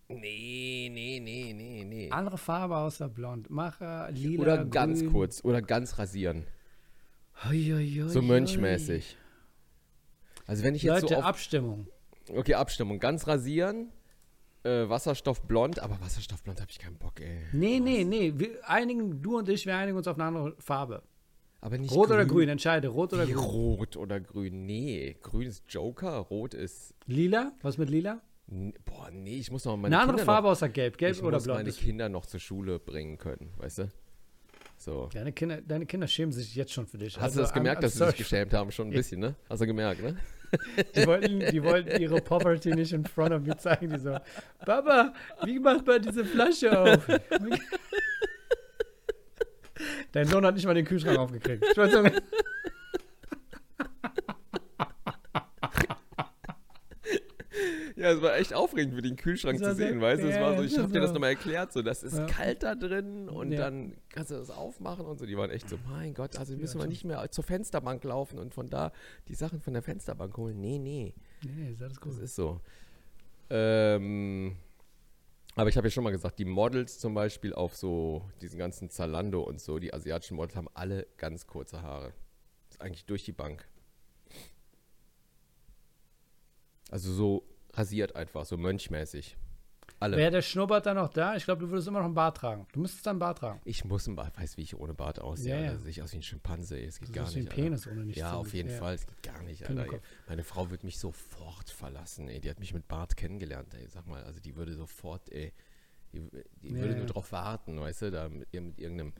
Speaker 1: Nee, nee, nee, nee, nee.
Speaker 2: Andere Farbe außer blond. Mach äh, lila,
Speaker 1: Oder ganz
Speaker 2: grün.
Speaker 1: kurz. Oder ganz rasieren.
Speaker 2: Hoi, hoi, hoi,
Speaker 1: So
Speaker 2: hoi.
Speaker 1: mönchmäßig. Also wenn ich jetzt
Speaker 2: Leute,
Speaker 1: so auf,
Speaker 2: Abstimmung.
Speaker 1: Okay, Abstimmung. Ganz rasieren, äh, Wasserstoffblond. Aber Wasserstoffblond habe ich keinen Bock, ey.
Speaker 2: Nee, nee, nee. Wir einigen, du und ich, wir einigen uns auf eine andere Farbe.
Speaker 1: Aber nicht
Speaker 2: Rot
Speaker 1: grün.
Speaker 2: oder grün, entscheide. Rot oder
Speaker 1: Wie
Speaker 2: grün.
Speaker 1: Rot oder grün. Nee, grün ist Joker, rot ist...
Speaker 2: Lila? Was mit lila?
Speaker 1: N- Boah, nee, ich muss noch meine
Speaker 2: Eine andere
Speaker 1: Kinder
Speaker 2: Farbe
Speaker 1: noch,
Speaker 2: außer gelb. Gelb
Speaker 1: ich
Speaker 2: oder
Speaker 1: muss
Speaker 2: blond.
Speaker 1: meine
Speaker 2: ist-
Speaker 1: Kinder noch zur Schule bringen können, weißt du? So.
Speaker 2: Deine Kinder, deine Kinder schämen sich jetzt schon für dich. Also
Speaker 1: Hast du das gemerkt, dass sie sich geschämt haben? Schon ein bisschen, ne? Hast du gemerkt, ne?
Speaker 2: Die wollten, die wollten ihre Poverty nicht in front of me zeigen. Die so, Papa, wie macht man diese Flasche auf? Dein Sohn hat nicht mal den Kühlschrank aufgekriegt. Ich wollte sagen,
Speaker 1: Ja, es war echt aufregend, für den Kühlschrank
Speaker 2: Das
Speaker 1: zu
Speaker 2: war sehr-
Speaker 1: sehen, weißt du? Es
Speaker 2: ja,
Speaker 1: war so,
Speaker 2: das
Speaker 1: ich
Speaker 2: ist
Speaker 1: hab dir das
Speaker 2: so.
Speaker 1: nochmal erklärt, so, das ist
Speaker 2: Ja.
Speaker 1: kalt da drin und
Speaker 2: Ja.
Speaker 1: dann kannst du das aufmachen und so. Die waren echt so, mein Gott, also müssen wir
Speaker 2: schon.
Speaker 1: nicht mehr zur Fensterbank laufen und von da die Sachen von der Fensterbank holen. Nee, nee,
Speaker 2: nee, nee, ist alles
Speaker 1: das
Speaker 2: cool.
Speaker 1: ist so. Ähm, aber ich habe ja schon mal gesagt, die Models zum Beispiel auf so diesen ganzen Zalando und so, die asiatischen Models haben alle ganz kurze Haare. Ist eigentlich durch die Bank. Also so rasiert einfach, so mönchmäßig. Alle.
Speaker 2: Wäre der Schnurrbart dann noch da? Ich glaube, du würdest immer noch einen Bart tragen. Du müsstest dann einen Bart tragen.
Speaker 1: ich muss ein Bart, weiß wie ich ohne Bart aussehe.
Speaker 2: Ja,
Speaker 1: Alter.
Speaker 2: ja.
Speaker 1: Sehe ich aus wie ein Schimpanse, ey. Es geht
Speaker 2: Du
Speaker 1: gar
Speaker 2: siehst wie ein
Speaker 1: nicht.
Speaker 2: Penis
Speaker 1: Alter.
Speaker 2: ohne nichts
Speaker 1: Ja,
Speaker 2: zu
Speaker 1: auf
Speaker 2: sehen,
Speaker 1: jeden
Speaker 2: ja.
Speaker 1: Fall. Es geht gar nicht, Alter. ey.
Speaker 2: Pinnenkopf.
Speaker 1: Meine Frau wird mich sofort verlassen, ey. Die hat mich mit Bart kennengelernt, ey. Sag mal, also die würde sofort, ey. Die, die
Speaker 2: Ja,
Speaker 1: würde
Speaker 2: ja.
Speaker 1: nur drauf warten, weißt du, da mit, ihr- mit irgendeinem.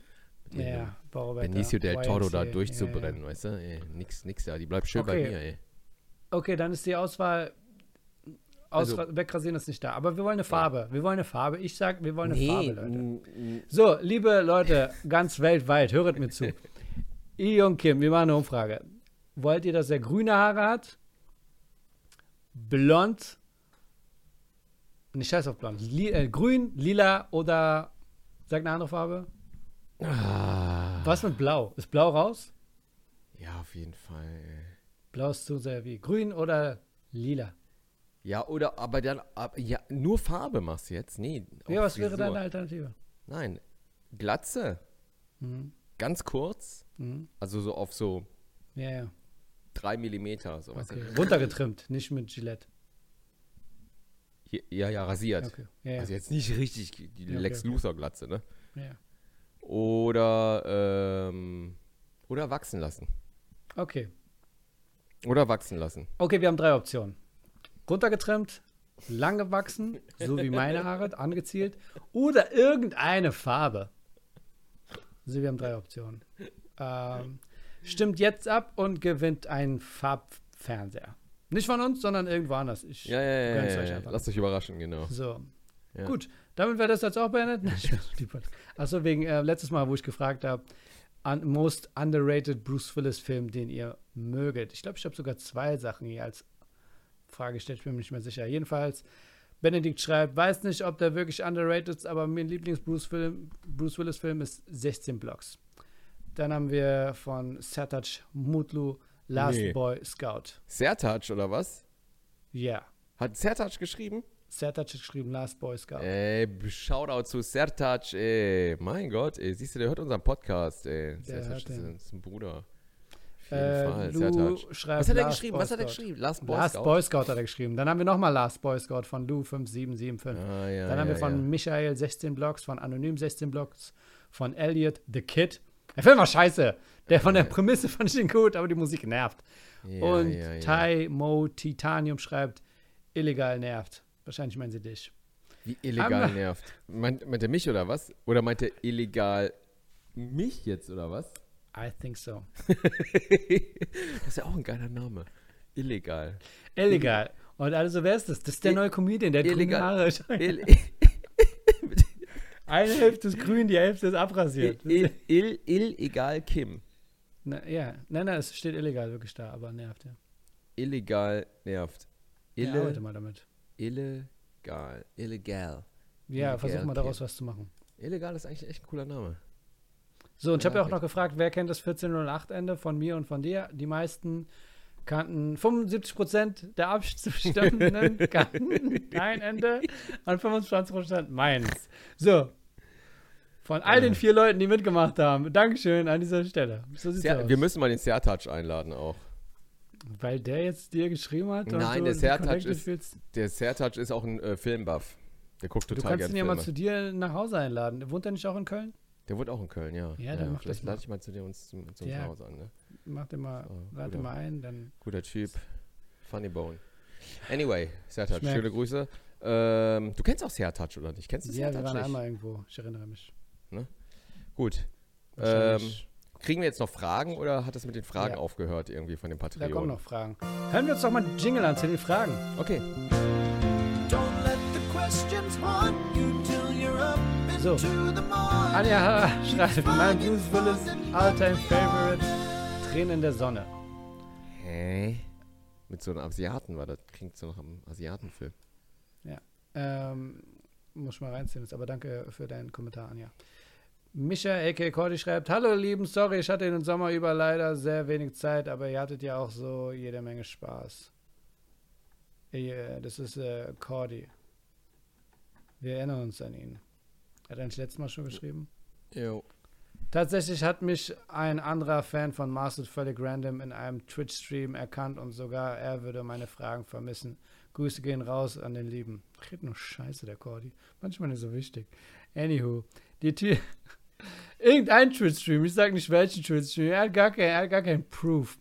Speaker 1: Mit
Speaker 2: Ja,
Speaker 1: irgendeinem
Speaker 2: ja. Bauarbeiter,
Speaker 1: Benicio del Toro da
Speaker 2: YMCA, ja, ja.
Speaker 1: durchzubrennen, weißt du? Ey, nix, nix da. Die bleibt schön bei
Speaker 2: Okay.
Speaker 1: mir, ey.
Speaker 2: Okay, dann ist die Auswahl. Aus
Speaker 1: Also-
Speaker 2: wegrasieren ist nicht da. Aber wir wollen eine Farbe. Wir wollen eine Farbe. Ich sag, wir wollen eine Farbe, Leute.
Speaker 1: n- n-
Speaker 2: So, liebe Leute, ganz weltweit, höret mir zu. I und Kim, wir machen eine Umfrage. Wollt ihr, dass er grüne Haare hat? Blond? Nicht scheiß auf blond. Li äh, grün, lila oder sag eine andere Farbe?
Speaker 1: Ah,
Speaker 2: Was mit blau? Ist blau raus?
Speaker 1: ja, auf jeden Fall, ey.
Speaker 2: Blau ist zu sehr wie grün oder lila.
Speaker 1: Ja, oder, aber dann, ab, ja, nur Farbe machst du jetzt? Nee.
Speaker 2: Ja,
Speaker 1: auch
Speaker 2: was wäre
Speaker 1: Oh, Frisur.
Speaker 2: deine Alternative?
Speaker 1: Nein, Glatze. Ganz kurz.
Speaker 2: Mhm.
Speaker 1: Also so auf so
Speaker 2: Ja, ja.
Speaker 1: 3 Millimeter. So, weißt
Speaker 2: Okay.
Speaker 1: du?
Speaker 2: Runtergetrimmt, nicht mit Gillette.
Speaker 1: Hier- Ja, ja, rasiert.
Speaker 2: Okay. Ja, ja.
Speaker 1: Also jetzt nicht richtig die
Speaker 2: Ja, okay,
Speaker 1: Lex
Speaker 2: okay.
Speaker 1: Luthor-Glatze, ne?
Speaker 2: ja.
Speaker 1: Oder, ähm, oder wachsen lassen.
Speaker 2: Okay.
Speaker 1: Oder wachsen lassen.
Speaker 2: Okay, wir haben drei Optionen. Runtergetrimmt, lang gewachsen, so wie meine Haare, angezielt oder irgendeine Farbe. Also wir haben drei Optionen. Ähm, stimmt jetzt ab und gewinnt einen Farbfernseher. Nicht von uns, sondern irgendwo anders. Ich
Speaker 1: Ja, ja, ja.
Speaker 2: gönn's
Speaker 1: ja,
Speaker 2: euch
Speaker 1: ja.
Speaker 2: einfach.
Speaker 1: Lasst euch überraschen, genau.
Speaker 2: So.
Speaker 1: Ja.
Speaker 2: Gut, damit wäre das jetzt auch
Speaker 1: *laughs*
Speaker 2: beendet. Nein, Spaß, die Pod- Ach so, wegen äh, letztes Mal, wo ich gefragt habe, an most underrated Bruce Willis-Film, den ihr möget. Ich glaube, ich habe sogar zwei Sachen hier als Frage gestellt, ich bin mir nicht mehr sicher. Jedenfalls, Benedikt schreibt, weiß nicht, ob der wirklich underrated ist, aber mein Lieblings-Bruce Willis-Film Bruce Willis Film ist 16 Blocks. Dann haben wir von Sertac Mutlu Last
Speaker 1: Nee.
Speaker 2: Boy Scout.
Speaker 1: Sertac oder was?
Speaker 2: Ja,
Speaker 1: Hat Sertac geschrieben?
Speaker 2: Sertac hat geschrieben Last Boy Scout.
Speaker 1: Ey, Shoutout zu Sertac, ey. Mein Gott, ey. Siehst du, der hört unseren Podcast, ey.
Speaker 2: Der
Speaker 1: Sertac ist,
Speaker 2: hört den.
Speaker 1: ist ein Bruder.
Speaker 2: Äh,
Speaker 1: Fall,
Speaker 2: Lou
Speaker 1: Sertac.
Speaker 2: schreibt
Speaker 1: Was hat er
Speaker 2: Last
Speaker 1: geschrieben?
Speaker 2: Boy
Speaker 1: Was hat er
Speaker 2: Scout.
Speaker 1: geschrieben? Last Boy
Speaker 2: Last
Speaker 1: Scout?
Speaker 2: Boy Scout hat er geschrieben. Dann haben wir nochmal Last Boy Scout von Lou 57775.
Speaker 1: Ah, ja,
Speaker 2: Dann haben
Speaker 1: ja,
Speaker 2: wir von
Speaker 1: ja.
Speaker 2: Michael 16 Blocks, von Anonym 16 Blocks, von Elliot The Kid. Der Film war scheiße. Der von der Prämisse fand ich den gut, aber die Musik nervt.
Speaker 1: Ja,
Speaker 2: Und
Speaker 1: ja, ja.
Speaker 2: Tai Mo Titanium schreibt, illegal nervt. Wahrscheinlich meinen sie dich.
Speaker 1: Wie illegal
Speaker 2: Am-
Speaker 1: nervt. Meint, meint er mich oder was? Oder meint er illegal mich jetzt oder was? *laughs*
Speaker 2: I think so.
Speaker 1: das ist ja auch ein geiler Name.
Speaker 2: *laughs*
Speaker 1: Illegal. *laughs*
Speaker 2: Illegal. Und also, wer ist das? Das ist der
Speaker 1: I-
Speaker 2: neue Comedian, der hat grüne Haare.
Speaker 1: Illegal. *laughs* Il
Speaker 2: Eine Hälfte ist grün, die Hälfte ist
Speaker 1: il
Speaker 2: abrasiert.
Speaker 1: il il illegal Kim.
Speaker 2: Na, ja, nein, nein, es steht illegal wirklich da, aber nervt ja.
Speaker 1: Illegal nervt.
Speaker 2: ja arbeite
Speaker 1: Ille,
Speaker 2: mal damit.
Speaker 1: illegal. Illegal.
Speaker 2: Ja,
Speaker 1: Illegal,
Speaker 2: versuch mal daraus
Speaker 1: okay.
Speaker 2: was zu machen.
Speaker 1: Illegal ist eigentlich echt ein cooler Name.
Speaker 2: So, und ich habe ja auch
Speaker 1: Ja,
Speaker 2: noch gefragt, wer kennt das 1408-Ende von mir und von dir? Die meisten kannten 75%
Speaker 1: *laughs*
Speaker 2: der Abstimmenden kannten dein Ende und 25% meins. So. Von all
Speaker 1: Ah.
Speaker 2: den vier Leuten, die mitgemacht haben. Dankeschön an dieser Stelle. So sieht's
Speaker 1: Ser
Speaker 2: aus.
Speaker 1: wir müssen mal den Sertac einladen auch.
Speaker 2: Weil der jetzt dir geschrieben hat. und
Speaker 1: Nein,
Speaker 2: du
Speaker 1: der
Speaker 2: dich
Speaker 1: Sertac
Speaker 2: connected
Speaker 1: ist
Speaker 2: fühlst.
Speaker 1: Der Sertac ist auch ein äh, Filmbuff. Der guckt
Speaker 2: Du
Speaker 1: total
Speaker 2: kannst
Speaker 1: gerne
Speaker 2: ihn ja mal
Speaker 1: Filme.
Speaker 2: zu dir nach Hause einladen. Wohnt er nicht auch in Köln?
Speaker 1: Der wohnt auch in Köln, ja.
Speaker 2: Ja, dann mach
Speaker 1: vielleicht
Speaker 2: das mal.
Speaker 1: lade ich mal zu dir uns zum, zum
Speaker 2: Ja.
Speaker 1: Haus an. Ne?
Speaker 2: Mach den mal,
Speaker 1: So,
Speaker 2: lad den
Speaker 1: guter-
Speaker 2: mal ein, dann.
Speaker 1: Guter Typ. Funny Bone. Anyway, Sertac,
Speaker 2: Schmeckt.
Speaker 1: schöne Grüße. Ähm, du kennst auch Sertac, oder nicht? Kennst du
Speaker 2: Ja, wir
Speaker 1: Sertac
Speaker 2: waren
Speaker 1: nicht?
Speaker 2: einmal irgendwo, ich erinnere mich.
Speaker 1: Gut. Ähm,
Speaker 2: Wahrscheinlich.
Speaker 1: kriegen wir jetzt noch Fragen oder hat das mit den Fragen
Speaker 2: Ja.
Speaker 1: aufgehört irgendwie von den
Speaker 2: da kommen
Speaker 1: Patreon?
Speaker 2: noch Fragen. Hören wir uns doch mal einen Jingle an zu den Fragen.
Speaker 1: Okay.
Speaker 3: Don't let the questions haunt you till you're up
Speaker 2: So.
Speaker 3: into the morning.
Speaker 2: Anja *laughs* schreibt, mein Bruce Willis Alltime Favorite, Tränen in der Sonne.
Speaker 1: Hä? Mit so einem Asiaten war das. Klingt so nach einem Asiatenfilm.
Speaker 2: Ähm, muss ich mal reinziehen jetzt, aber danke für deinen Kommentar, Anja. Micha, a.k.a. Cordy schreibt, Hallo Lieben, sorry, ich hatte den Sommer über leider sehr wenig Zeit, aber ihr hattet ja auch so jede Menge Spaß. Äh, Das ist äh, Cordy. Wir erinnern uns an ihn. Hat er nicht letztes Mal schon geschrieben?
Speaker 1: Jo.
Speaker 2: Tatsächlich hat mich ein anderer Fan von Mastered völlig random in einem Twitch-Stream erkannt und sogar er würde meine Fragen vermissen. Grüße gehen raus an den Lieben. Red nur Scheiße, der Cordy. Manchmal nicht so wichtig. Anywho, die Tür. *laughs* Irgendein Twitch-Stream, ich sag nicht welchen Twitch-Stream, er hat gar kein, er hat gar kein Proof.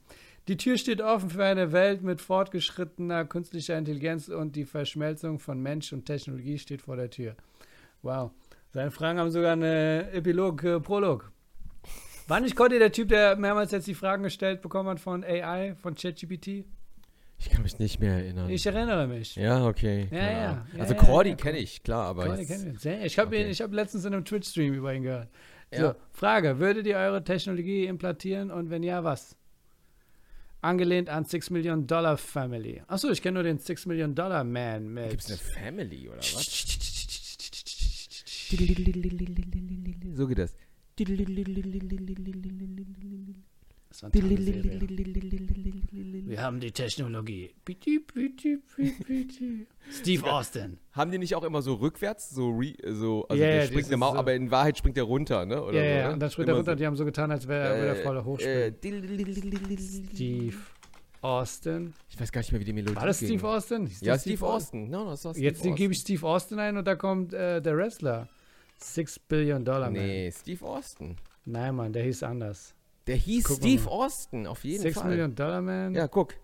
Speaker 2: Die Tür steht offen für eine Welt mit fortgeschrittener künstlicher Intelligenz und die Verschmelzung von Mensch und Technologie steht vor der Tür. Wow. Seine Fragen haben sogar einen Epilog, äh, Prolog. War nicht Cody der Typ, der mehrmals jetzt die Fragen gestellt bekommen hat von AI, von ChatGPT?
Speaker 1: Ich kann mich nicht mehr erinnern.
Speaker 2: Ich erinnere mich.
Speaker 1: ja, okay.
Speaker 2: Ja,
Speaker 1: klar.
Speaker 2: ja, ja,
Speaker 1: Also
Speaker 2: ja,
Speaker 1: Cordy
Speaker 2: ja,
Speaker 1: kenne ich, klar, aber
Speaker 2: Cody
Speaker 1: jetzt,
Speaker 2: kennen wir jetzt. Ja, Ich habe
Speaker 1: Okay.
Speaker 2: ihn, ich habe letztens in einem Twitch-Stream über ihn gehört. So,
Speaker 1: Ja.
Speaker 2: Frage: Würdet ihr eure Technologie implantieren und wenn ja, was? Angelehnt an 6 Millionen Dollar Family. Achso, ich kenne nur den 6 Millionen Dollar Man mit.
Speaker 1: Gibt es eine Family oder was? So geht das.
Speaker 2: Das war eine tolle Serie. Wir haben die Technologie. Piti, piti, piti,
Speaker 1: *laughs*
Speaker 2: piti. Steve Austin.
Speaker 1: Haben die nicht auch immer so rückwärts, so, re, so also
Speaker 2: Ja, ja,
Speaker 1: der
Speaker 2: dieses
Speaker 1: springt eine Mauer,
Speaker 2: so.
Speaker 1: aber in Wahrheit springt der runter, ne? Oder
Speaker 2: Ja,
Speaker 1: so,
Speaker 2: ja,
Speaker 1: ne?
Speaker 2: und dann springt er
Speaker 1: Immer äh,
Speaker 2: runter. Die haben so getan, als wäre er wieder voller hochspringen.
Speaker 1: Steve.
Speaker 2: Steve Austin.
Speaker 1: Ich weiß gar nicht mehr, wie die Melodie
Speaker 2: War das
Speaker 1: ging.
Speaker 2: Steve Austin? Ist das
Speaker 1: Ja, Steve Austin. No, no, das war Steve
Speaker 2: Jetzt
Speaker 1: Austin.
Speaker 2: gebe ich Steve Austin ein und da kommt äh, der Wrestler. Six Billion Dollar Man.
Speaker 1: Nee, Steve Austin.
Speaker 2: Nein, Mann, der hieß anders.
Speaker 1: Der hieß
Speaker 2: Gucken wir
Speaker 1: Steve
Speaker 2: mal.
Speaker 1: Austin, auf jeden
Speaker 2: Six
Speaker 1: Fall.
Speaker 2: Million Dollar Man.
Speaker 1: Ja, guck.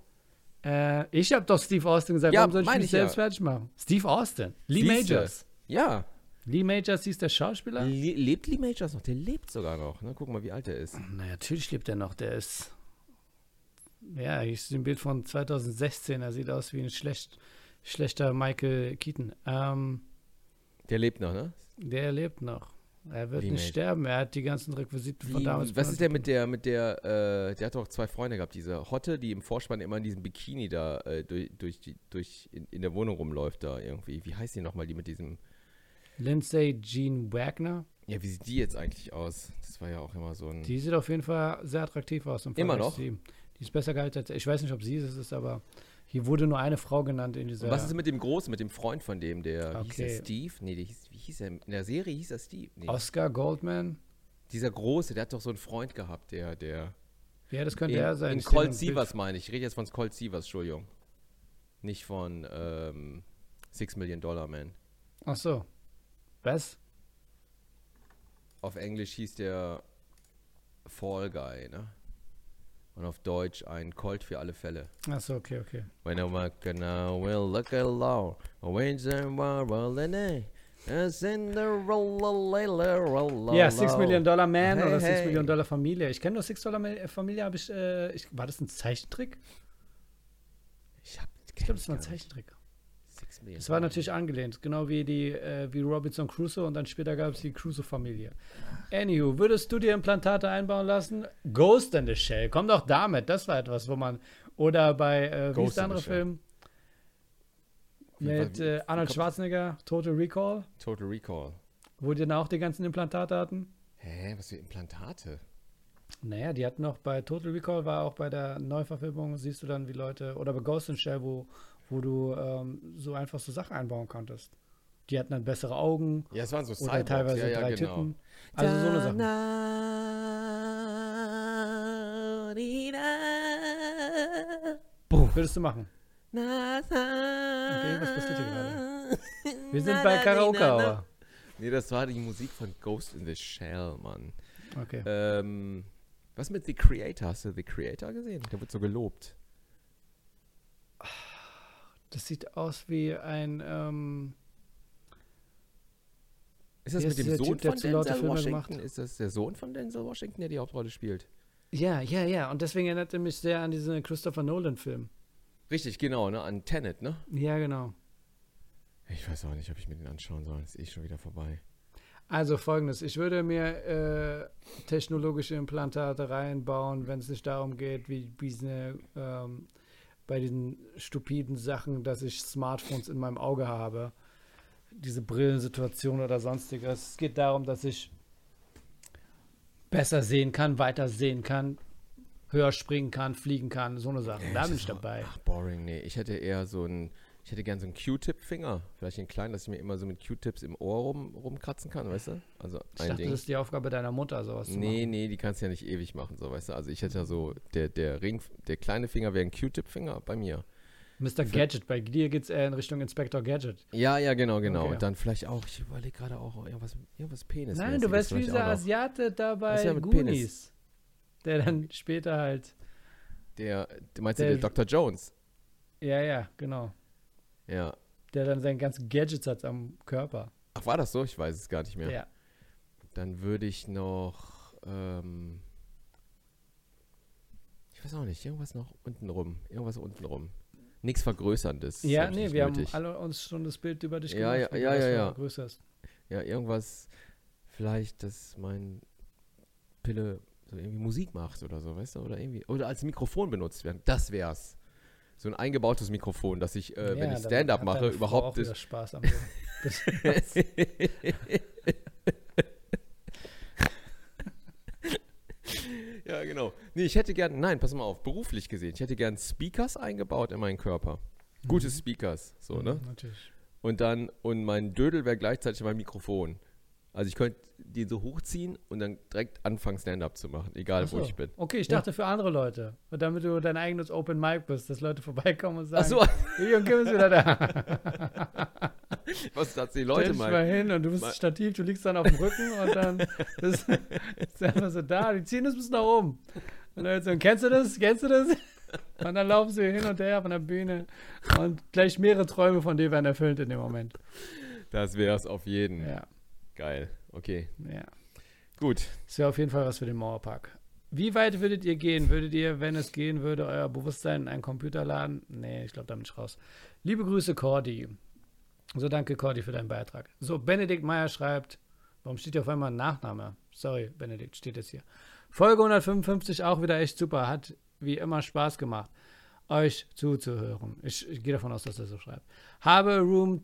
Speaker 2: Äh, ich habe doch Steve Austin gesagt.
Speaker 1: Ja,
Speaker 2: Warum soll ich
Speaker 1: meine
Speaker 2: mich
Speaker 1: ich
Speaker 2: selbst
Speaker 1: ja.
Speaker 2: fertig machen? Steve Austin. Lee
Speaker 1: Siehste.
Speaker 2: Majors.
Speaker 1: Ja.
Speaker 2: Lee Majors hieß der Schauspieler?
Speaker 1: Le lebt Lee Majors noch? Der lebt sogar noch. Ne? Guck mal, wie alt er ist.
Speaker 2: Na, natürlich lebt er noch. Der ist. Ja, ich sehe ein Bild von 2016. Er sieht aus wie ein schlecht, schlechter Michael Keaton. Ähm,
Speaker 1: Der lebt noch, ne?
Speaker 2: der lebt noch. Er wird
Speaker 1: Wie
Speaker 2: nicht
Speaker 1: Major.
Speaker 2: sterben. Er hat die ganzen Requisiten von
Speaker 1: Wie,
Speaker 2: damals.
Speaker 1: was ist der mit
Speaker 2: benutzt.
Speaker 1: der, mit der, äh, der hat doch zwei Freunde gehabt, diese Hotte, die im Vorspann immer in diesem Bikini da äh, durch, durch, die, durch in, in der Wohnung rumläuft da irgendwie. Wie heißt die nochmal, die mit diesem,
Speaker 2: Lindsay Jean Wagner?
Speaker 1: ja, wie sieht die jetzt eigentlich aus? Das war ja auch immer so ein,
Speaker 2: Die sieht auf jeden Fall sehr attraktiv aus. Im
Speaker 1: Immer
Speaker 2: Vergleich
Speaker 1: noch?
Speaker 2: zu ihm. Die ist besser gehalten als. Ich weiß nicht, ob sie es ist, aber hier wurde nur eine Frau genannt in dieser.
Speaker 1: und was ist mit dem Großen, mit dem Freund von dem, der, wie hieß der
Speaker 2: Okay.
Speaker 1: Steve? Nee, der hieß, wie hieß er, in der Serie hieß er Steve. Nee.
Speaker 2: Oscar Goldman?
Speaker 1: Dieser Große, der hat doch so einen Freund gehabt, der, der,
Speaker 2: Ja, das könnte
Speaker 1: In,
Speaker 2: er sein.
Speaker 1: in
Speaker 2: Ich sehe nur
Speaker 1: Colt
Speaker 2: ein Bild.
Speaker 1: Sievers meine ich. Ich rede jetzt von Colt Sievers, Entschuldigung. Nicht von ähm, Six Million Dollar Man.
Speaker 2: Ach so. Was?
Speaker 1: Auf Englisch hieß der Fall Guy, ne? Und auf Deutsch ein Colt für alle Fälle.
Speaker 2: Ach so, okay, okay.
Speaker 1: When I walk and I genau will look at law. When's the world and I? As in the roll roll
Speaker 2: Ja, Six Million Dollar Man
Speaker 1: Hey,
Speaker 2: oder Six
Speaker 1: hey.
Speaker 2: Million Dollar Familie. Ich kenne nur Six Dollar Ma- Familie, habe ich, äh, ich. War das ein Zeichentrick?
Speaker 1: Ich hab,
Speaker 2: Ich glaube, das war ein Zeichentrick.
Speaker 1: Six Million
Speaker 2: Das war
Speaker 1: Dollar.
Speaker 2: natürlich angelehnt, genau wie die äh, wie Robinson Crusoe und dann später gab es die Crusoe-Familie. Anywho, würdest du dir Implantate einbauen lassen? Ghost in the Shell, komm doch damit. Das war etwas, wo man oder bei äh, wie
Speaker 1: Ghost
Speaker 2: ist der
Speaker 1: in the
Speaker 2: andere
Speaker 1: Shell.
Speaker 2: Film mit
Speaker 1: Wie- wie-
Speaker 2: äh, Arnold
Speaker 1: wie kommt-
Speaker 2: Schwarzenegger, Total Recall,
Speaker 1: Total Recall.
Speaker 2: wo die dann auch die ganzen Implantate hatten.
Speaker 1: Hä, was für Implantate?
Speaker 2: Naja, die hatten auch bei Total Recall war auch bei der Neuverfilmung siehst du dann wie Leute oder bei Ghost in the Shell, wo wo du ähm, so einfach so Sachen einbauen konntest. Die hatten dann bessere Augen.
Speaker 1: Ja, es waren so
Speaker 2: Oder teilweise
Speaker 1: ja, ja,
Speaker 2: drei
Speaker 1: genau.
Speaker 2: Titten. Also so eine Sache.
Speaker 1: Sache.
Speaker 2: Würdest du machen?
Speaker 1: Okay,
Speaker 2: was passiert hier gerade?
Speaker 1: *laughs*
Speaker 2: Wir sind bei Karaoke Hour.
Speaker 1: Nee, das war die Musik von Ghost in the Shell, Mann.
Speaker 2: Okay.
Speaker 1: Ähm, was mit The Creator? Hast du The Creator gesehen? Der wird so gelobt.
Speaker 2: Das sieht aus wie ein. Ähm,
Speaker 1: Ist das
Speaker 2: Hier
Speaker 1: mit
Speaker 2: ist
Speaker 1: dem
Speaker 2: dieser
Speaker 1: Sohn
Speaker 2: Typ, der
Speaker 1: von
Speaker 2: hat so laute
Speaker 1: Denzel
Speaker 2: Filme
Speaker 1: Washington?
Speaker 2: gemacht.
Speaker 1: Ist das der Sohn von Denzel Washington, der die Hauptrolle spielt?
Speaker 2: ja, ja, ja. Und deswegen erinnert er mich sehr an diesen Christopher Nolan-Film.
Speaker 1: Richtig, genau, ne? An Tenet, ne?
Speaker 2: Ja, genau.
Speaker 1: Ich weiß auch nicht, ob ich mir den anschauen soll. Ist eh schon wieder vorbei.
Speaker 2: Also folgendes: Ich würde mir äh, technologische Implantate reinbauen, wenn es nicht darum geht, wie wie diese, ähm, bei diesen stupiden Sachen, dass ich Smartphones in meinem Auge habe. Diese Brillensituation oder sonstiges. Es geht darum, dass ich besser sehen kann, weiter sehen kann, höher springen kann, fliegen kann, so eine Sache. da bin ich dabei.
Speaker 1: Ach, boring, nee. Ich hätte eher so einen, ich hätte gern so einen Q-Tip-Finger. Vielleicht einen kleinen, dass ich mir immer so mit Q-Tips im Ohr rum, rumkratzen kann, weißt du? Also
Speaker 2: Ich
Speaker 1: ein
Speaker 2: dachte,
Speaker 1: Ding.
Speaker 2: das ist die Aufgabe deiner Mutter, sowas zu machen.
Speaker 1: Nee, nee, die kannst du ja nicht ewig machen, so, weißt du? Also ich hätte ja so, der, der Ring, der kleine Finger wäre ein Q-Tip-Finger bei mir.
Speaker 2: Mr. Gadget, bei dir geht es eher in Richtung Inspector Gadget.
Speaker 1: Ja, ja, genau, genau.
Speaker 2: Okay.
Speaker 1: Und dann vielleicht auch, ich überlege gerade auch oh, irgendwas, irgendwas Penis.
Speaker 2: Nein, du wärst wie dieser
Speaker 1: Asiat.
Speaker 2: Asiate da bei
Speaker 1: ist ja mit
Speaker 2: Goonies.
Speaker 1: Penis?
Speaker 2: Der dann später halt.
Speaker 1: Der, meinst du,
Speaker 2: Der-
Speaker 1: der Dr. Jones?
Speaker 2: Ja, ja, genau.
Speaker 1: Ja.
Speaker 2: Der dann seine ganzen Gadgets hat am Körper.
Speaker 1: Ach, war das so? Ich weiß es gar nicht
Speaker 2: Ja.
Speaker 1: mehr. Dann würde ich noch, ähm, ich weiß auch nicht, irgendwas noch unten rum. Irgendwas unten rum. Nichts Vergrößerndes. das
Speaker 2: Ja,
Speaker 1: hab ich
Speaker 2: nee,
Speaker 1: nicht
Speaker 2: wir
Speaker 1: nötig.
Speaker 2: haben alle uns schon das Bild über dich
Speaker 1: Ja,
Speaker 2: gemacht,
Speaker 1: ja,
Speaker 2: wie
Speaker 1: ja,
Speaker 2: du das
Speaker 1: ja, Äh, ja.
Speaker 2: vergrößerst.
Speaker 1: Ja, irgendwas, vielleicht, dass mein Pille so irgendwie Musik macht oder so, weißt du? Oder irgendwie. Oder als Mikrofon benutzt werden. Das wär's. So ein eingebautes Mikrofon, dass ich, äh, wenn
Speaker 2: Ja,
Speaker 1: ich
Speaker 2: dann
Speaker 1: Stand-up
Speaker 2: hat
Speaker 1: mache,
Speaker 2: deine Frau auch
Speaker 1: überhaupt
Speaker 2: wieder
Speaker 1: das. *laughs*
Speaker 2: Spaß am Leben. Das-
Speaker 1: ja, genau. Nee, ich hätte gern, nein, pass mal auf, beruflich gesehen, ich hätte gern Speakers eingebaut in meinen Körper. Gute
Speaker 2: Mhm.
Speaker 1: Speakers, so, ne?
Speaker 2: Natürlich.
Speaker 1: Und dann, und mein Dödel wäre gleichzeitig mein Mikrofon. Also ich könnte den so hochziehen und dann direkt anfangen, Stand-up zu machen, egal
Speaker 2: Ach so.
Speaker 1: wo ich bin.
Speaker 2: Okay, ich dachte für andere Leute. Und damit du dein eigenes Open Mic bist, dass Leute vorbeikommen und sagen,
Speaker 1: Ach so, *laughs*
Speaker 2: "Hey, Jung Kim ist wieder da.
Speaker 1: was das die
Speaker 2: Stell
Speaker 1: Leute
Speaker 2: dich
Speaker 1: meinen.
Speaker 2: mal hin und du bist
Speaker 1: mal-
Speaker 2: Stativ, du liegst dann auf dem Rücken
Speaker 1: *laughs*
Speaker 2: und dann bist bist du einfach so da, die ziehen das bis nach oben. Und dann so, kennst du das? Kennst du das? Und dann laufen sie hin und her von der Bühne und gleich mehrere Träume von dir werden erfüllt in dem Moment.
Speaker 1: Das wär's auf jeden.
Speaker 2: Ja,
Speaker 1: Geil. Okay.
Speaker 2: ja.
Speaker 1: Gut.
Speaker 2: Das wäre auf jeden Fall was für den Mauerpark. Wie weit würdet ihr gehen? Würdet ihr, wenn es gehen würde, euer Bewusstsein in einen Computer laden? Nee, ich glaube, da bin ich raus. Liebe Grüße, Cordy. So, danke, Cordy, für deinen Beitrag. So, Benedikt Meyer schreibt, warum steht hier auf einmal ein Nachname? Sorry, Benedikt, steht jetzt hier. Folge 155 auch wieder echt super. Hat wie immer Spaß gemacht, euch zuzuhören. Ich, ich gehe davon aus, dass er so schreibt. Habe Room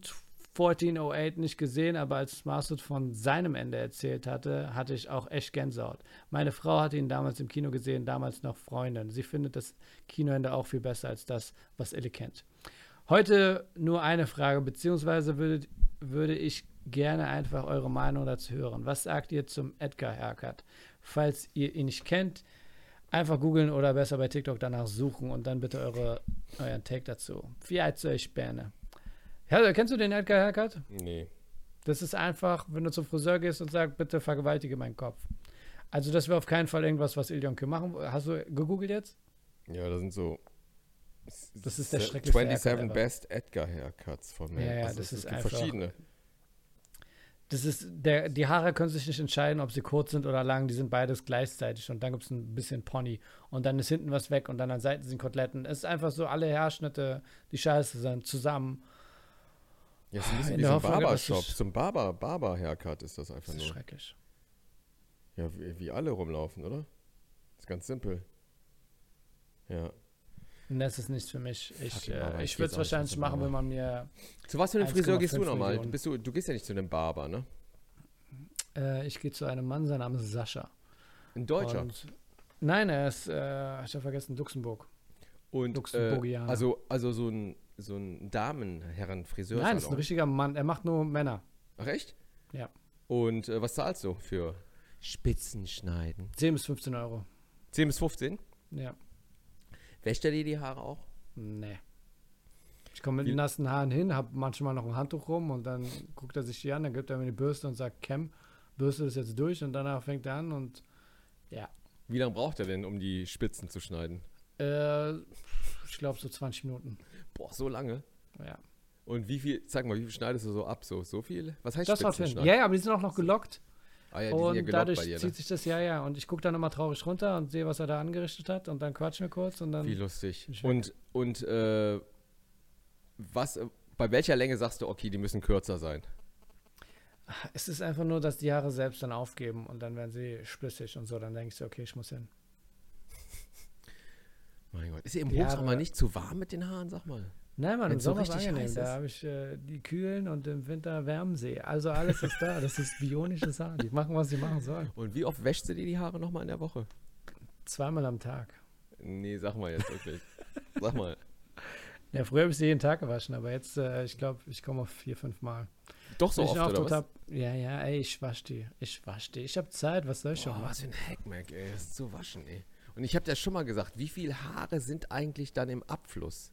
Speaker 2: 1408 nicht gesehen, aber als Masud von seinem Ende erzählt hatte, hatte ich auch echt Gänsehaut. Meine Frau hatte ihn damals im Kino gesehen, damals noch Freundin. Sie findet das Kinoende auch viel besser als das, was Elle kennt. Heute nur eine Frage, beziehungsweise würdet, würde ich gerne einfach eure Meinung dazu hören. Was sagt ihr zum Edgar Herkert? Falls ihr ihn nicht kennt, Einfach googeln oder besser bei TikTok danach suchen und dann bitte eure, euren Take dazu. Vielleicht soll ich Berne. Ja, kennst du den Edgar Haircut?
Speaker 1: Nee.
Speaker 2: Das ist einfach, wenn du zum Friseur gehst und sagst, bitte vergewaltige meinen Kopf. Also das wäre auf keinen Fall irgendwas, was Ilion Kü machen. Hast du gegoogelt jetzt?
Speaker 1: Ja, da sind so.
Speaker 2: Das ist der
Speaker 1: se-
Speaker 2: schrecklichste Haircut
Speaker 1: 27
Speaker 2: ever.
Speaker 1: Best Edgar Haircuts von mir. Also
Speaker 2: Ja, ja, das ist
Speaker 1: es gibt
Speaker 2: einfach-
Speaker 1: verschiedene.
Speaker 2: Das ist der, die Haare können sich nicht entscheiden, ob sie kurz sind oder lang. Die sind beides gleichzeitig und dann gibt es ein bisschen Pony und dann ist hinten was weg und dann an Seiten sind Koteletten. Es ist einfach so, alle Haarschnitte, die Scheiße sind zusammen.
Speaker 1: Ja, es ist ein bisschen
Speaker 2: Ah, In
Speaker 1: wie
Speaker 2: der
Speaker 1: so ein
Speaker 2: Hoffnung, aber das
Speaker 1: Barbershop.
Speaker 2: ist-
Speaker 1: So ein Barber, Barber-Haircut ist das einfach
Speaker 2: Das ist
Speaker 1: nur.
Speaker 2: schrecklich.
Speaker 1: Ja, wie, wie alle rumlaufen, oder? Ist ganz simpel. Ja.
Speaker 2: Und das ist nichts für mich. Ich,
Speaker 1: Fucking Barber,
Speaker 2: äh,
Speaker 1: ich geh's auch
Speaker 2: ich würde es
Speaker 1: nicht
Speaker 2: wahrscheinlich
Speaker 1: zum
Speaker 2: machen,
Speaker 1: Barber.
Speaker 2: wenn man mir.
Speaker 1: Zu was für einem Friseur gehst du
Speaker 2: 1,5
Speaker 1: nochmal? Du,
Speaker 2: Millionen.
Speaker 1: bist du, du gehst ja nicht zu einem Barber, ne?
Speaker 2: Äh, ich gehe zu einem Mann, sein Name ist Sascha.
Speaker 1: Ein Deutscher.
Speaker 2: Und, nein, er ist, äh, ich habe vergessen, Luxemburg.
Speaker 1: Und, äh,
Speaker 2: Luxemburgianer.
Speaker 1: also, also so ein, so ein Damenherren-Friseur.
Speaker 2: Nein, das ist ein richtiger Mann. Er macht nur Männer.
Speaker 1: Ach, echt?
Speaker 2: Ja.
Speaker 1: Und äh, was zahlst du für Spitzenschneiden?
Speaker 2: 10 bis 15 Euro.
Speaker 1: 10 bis 15?
Speaker 2: Ja.
Speaker 1: Wäscht er dir die Haare auch?
Speaker 2: Nee. Ich komme mit
Speaker 1: Wie-
Speaker 2: nassen Haaren hin, habe manchmal noch ein Handtuch rum und dann guckt er sich die an, dann gibt er mir die Bürste und sagt, Cam, bürste das jetzt durch und danach fängt er an und ja.
Speaker 1: Wie lange braucht er denn, um die Spitzen zu schneiden?
Speaker 2: Äh, ich glaube so 20 Minuten.
Speaker 1: Boah, so lange.
Speaker 2: Ja.
Speaker 1: Und wie viel, sag mal, wie viel schneidest du so ab? So, so viel? Was heißt
Speaker 2: Das war Finn.
Speaker 1: Spitzenschneiden?
Speaker 2: Ja, ja, aber die sind auch noch gelockt
Speaker 1: Ah ja, die sind ja
Speaker 2: und
Speaker 1: gelockt
Speaker 2: dadurch
Speaker 1: bei dir,
Speaker 2: zieht
Speaker 1: ne?
Speaker 2: sich das, ja, ja. Und ich gucke dann immer traurig runter und sehe, was er da angerichtet hat und dann quatschen wir kurz und
Speaker 1: Wie
Speaker 2: dann.
Speaker 1: lustig.
Speaker 2: Ich-
Speaker 1: Und, und äh, was, äh, bei welcher Länge sagst du, okay, die müssen kürzer sein?
Speaker 2: Es ist einfach nur, dass die Haare selbst dann aufgeben und dann werden sie splissig und so. Dann denkst du, okay, ich muss hin.
Speaker 1: Mein Gott. Ist dir im
Speaker 2: Die
Speaker 1: Hochsommer
Speaker 2: Haare-
Speaker 1: nicht zu warm mit den Haaren, sag mal?
Speaker 2: Nein, Mann, im
Speaker 1: Wenn's so
Speaker 2: Sommer ist
Speaker 1: richtig heiß
Speaker 2: angenehm.
Speaker 1: ist.
Speaker 2: Da habe ich äh, die Kühlen und im Winter Wärmsee. Also alles ist da. Das ist bionisches Haar. Die machen, was sie machen sollen.
Speaker 1: Und wie oft wäschst du dir die Haare nochmal in der Woche?
Speaker 2: Zweimal am Tag.
Speaker 1: Nee, sag mal jetzt *laughs* wirklich. sag mal.
Speaker 2: Ja, früher habe ich sie jeden Tag gewaschen, aber jetzt, äh, ich glaube, ich komme auf vier, fünf Mal.
Speaker 1: Doch so
Speaker 2: Wenn ich
Speaker 1: oft,
Speaker 2: einen
Speaker 1: oder
Speaker 2: Auftritt
Speaker 1: was?
Speaker 2: hab- ja, ja, ey, ich wasche die. Ich wasche die. Ich habe Zeit, was soll ich schon
Speaker 1: Boah,
Speaker 2: machen?
Speaker 1: Oh, was für ein Hackmack, ey. Das ist zu waschen, ey. Und ich habe dir schon mal gesagt, wie viele Haare sind eigentlich dann im Abfluss?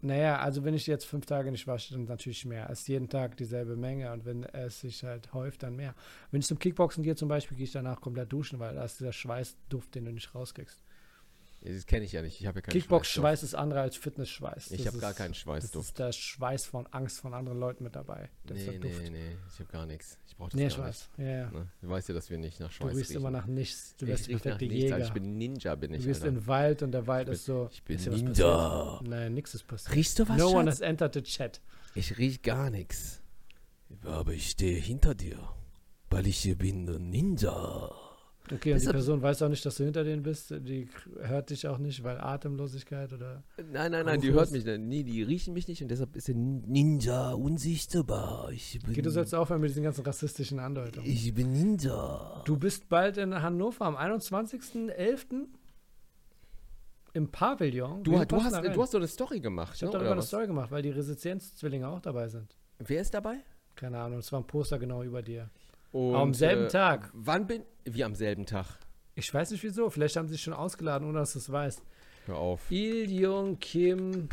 Speaker 2: Naja, also wenn ich jetzt fünf Tage nicht wasche, dann natürlich mehr. Es ist jeden Tag dieselbe Menge und wenn es sich halt häuft, dann mehr. Wenn ich zum Kickboxen gehe zum Beispiel, gehe ich danach komplett duschen, weil da ist dieser Schweißduft, den du nicht rauskriegst.
Speaker 1: Ja, das kenne ich ja nicht. Ich habe ja keinen Schweißduft.
Speaker 2: Kickbox-Schweiß ist andere als Fitness-Schweiß.
Speaker 1: Ich
Speaker 2: Das
Speaker 1: habe gar
Speaker 2: ist-
Speaker 1: keinen
Speaker 2: Das
Speaker 1: Schweißduft.
Speaker 2: ist der Schweiß von Angst von anderen Leuten mit dabei. Das ist
Speaker 1: Nee,
Speaker 2: der Duft.
Speaker 1: nee, nee. Ich habe gar nichts. Ich brauche das
Speaker 2: nee,
Speaker 1: gar
Speaker 2: Schweiß. Ja, ja.
Speaker 1: nicht. Ne? Du weißt ja, dass wir nicht nach
Speaker 2: Du
Speaker 1: Schweiß
Speaker 2: riechst
Speaker 1: riechen.
Speaker 2: immer nach nichts. Du
Speaker 1: Ich
Speaker 2: wärst der
Speaker 1: riech nach
Speaker 2: perfekte
Speaker 1: nichts,
Speaker 2: Jäger.
Speaker 1: Alter. Ich bin Ninja, bin
Speaker 2: du
Speaker 1: ich,
Speaker 2: bist
Speaker 1: Alter.
Speaker 2: im Wald und der Wald ist so.
Speaker 1: ich bin
Speaker 2: ist dir was
Speaker 1: Ninja.
Speaker 2: passiert? Nein, nichts ist passiert.
Speaker 1: Riechst du was,
Speaker 2: No one
Speaker 1: Schatz?
Speaker 2: has entered the chat.
Speaker 1: Ich riech gar nichts. Aber ich stehe hinter dir, weil ich hier bin ein Ninja.
Speaker 2: Okay, und die
Speaker 1: Deshalb-
Speaker 2: Person weiß auch nicht, dass du hinter denen bist. Die k- hört dich auch nicht, weil Atemlosigkeit oder.
Speaker 1: Nein, nein, nein, die hört mich nicht. Nee, die riechen mich nicht und deshalb ist der Ninja unsichtbar. Ich bin,
Speaker 2: Okay, du sollst aufhören mit diesen ganzen rassistischen Andeutungen.
Speaker 1: ich bin Ninja.
Speaker 2: Du bist bald in Hannover am 21.11. im Pavillon.
Speaker 1: Du,
Speaker 2: Wir
Speaker 1: du,
Speaker 2: passen
Speaker 1: hast,
Speaker 2: da rein.
Speaker 1: du hast so eine Story gemacht,
Speaker 2: Ich habe
Speaker 1: ne,
Speaker 2: darüber
Speaker 1: oder
Speaker 2: eine
Speaker 1: was?
Speaker 2: Story gemacht, weil die Resistenzzwillinge auch dabei sind.
Speaker 1: Wer ist dabei?
Speaker 2: Keine Ahnung, es war ein Poster genau über dir.
Speaker 1: Und,
Speaker 2: am selben
Speaker 1: äh,
Speaker 2: Tag.
Speaker 1: Wann bin... Wie am selben Tag?
Speaker 2: Ich weiß nicht wieso, vielleicht haben sie dich schon ausgeladen, ohne dass du es weißt.
Speaker 1: Hör auf.
Speaker 2: Il Jung Kim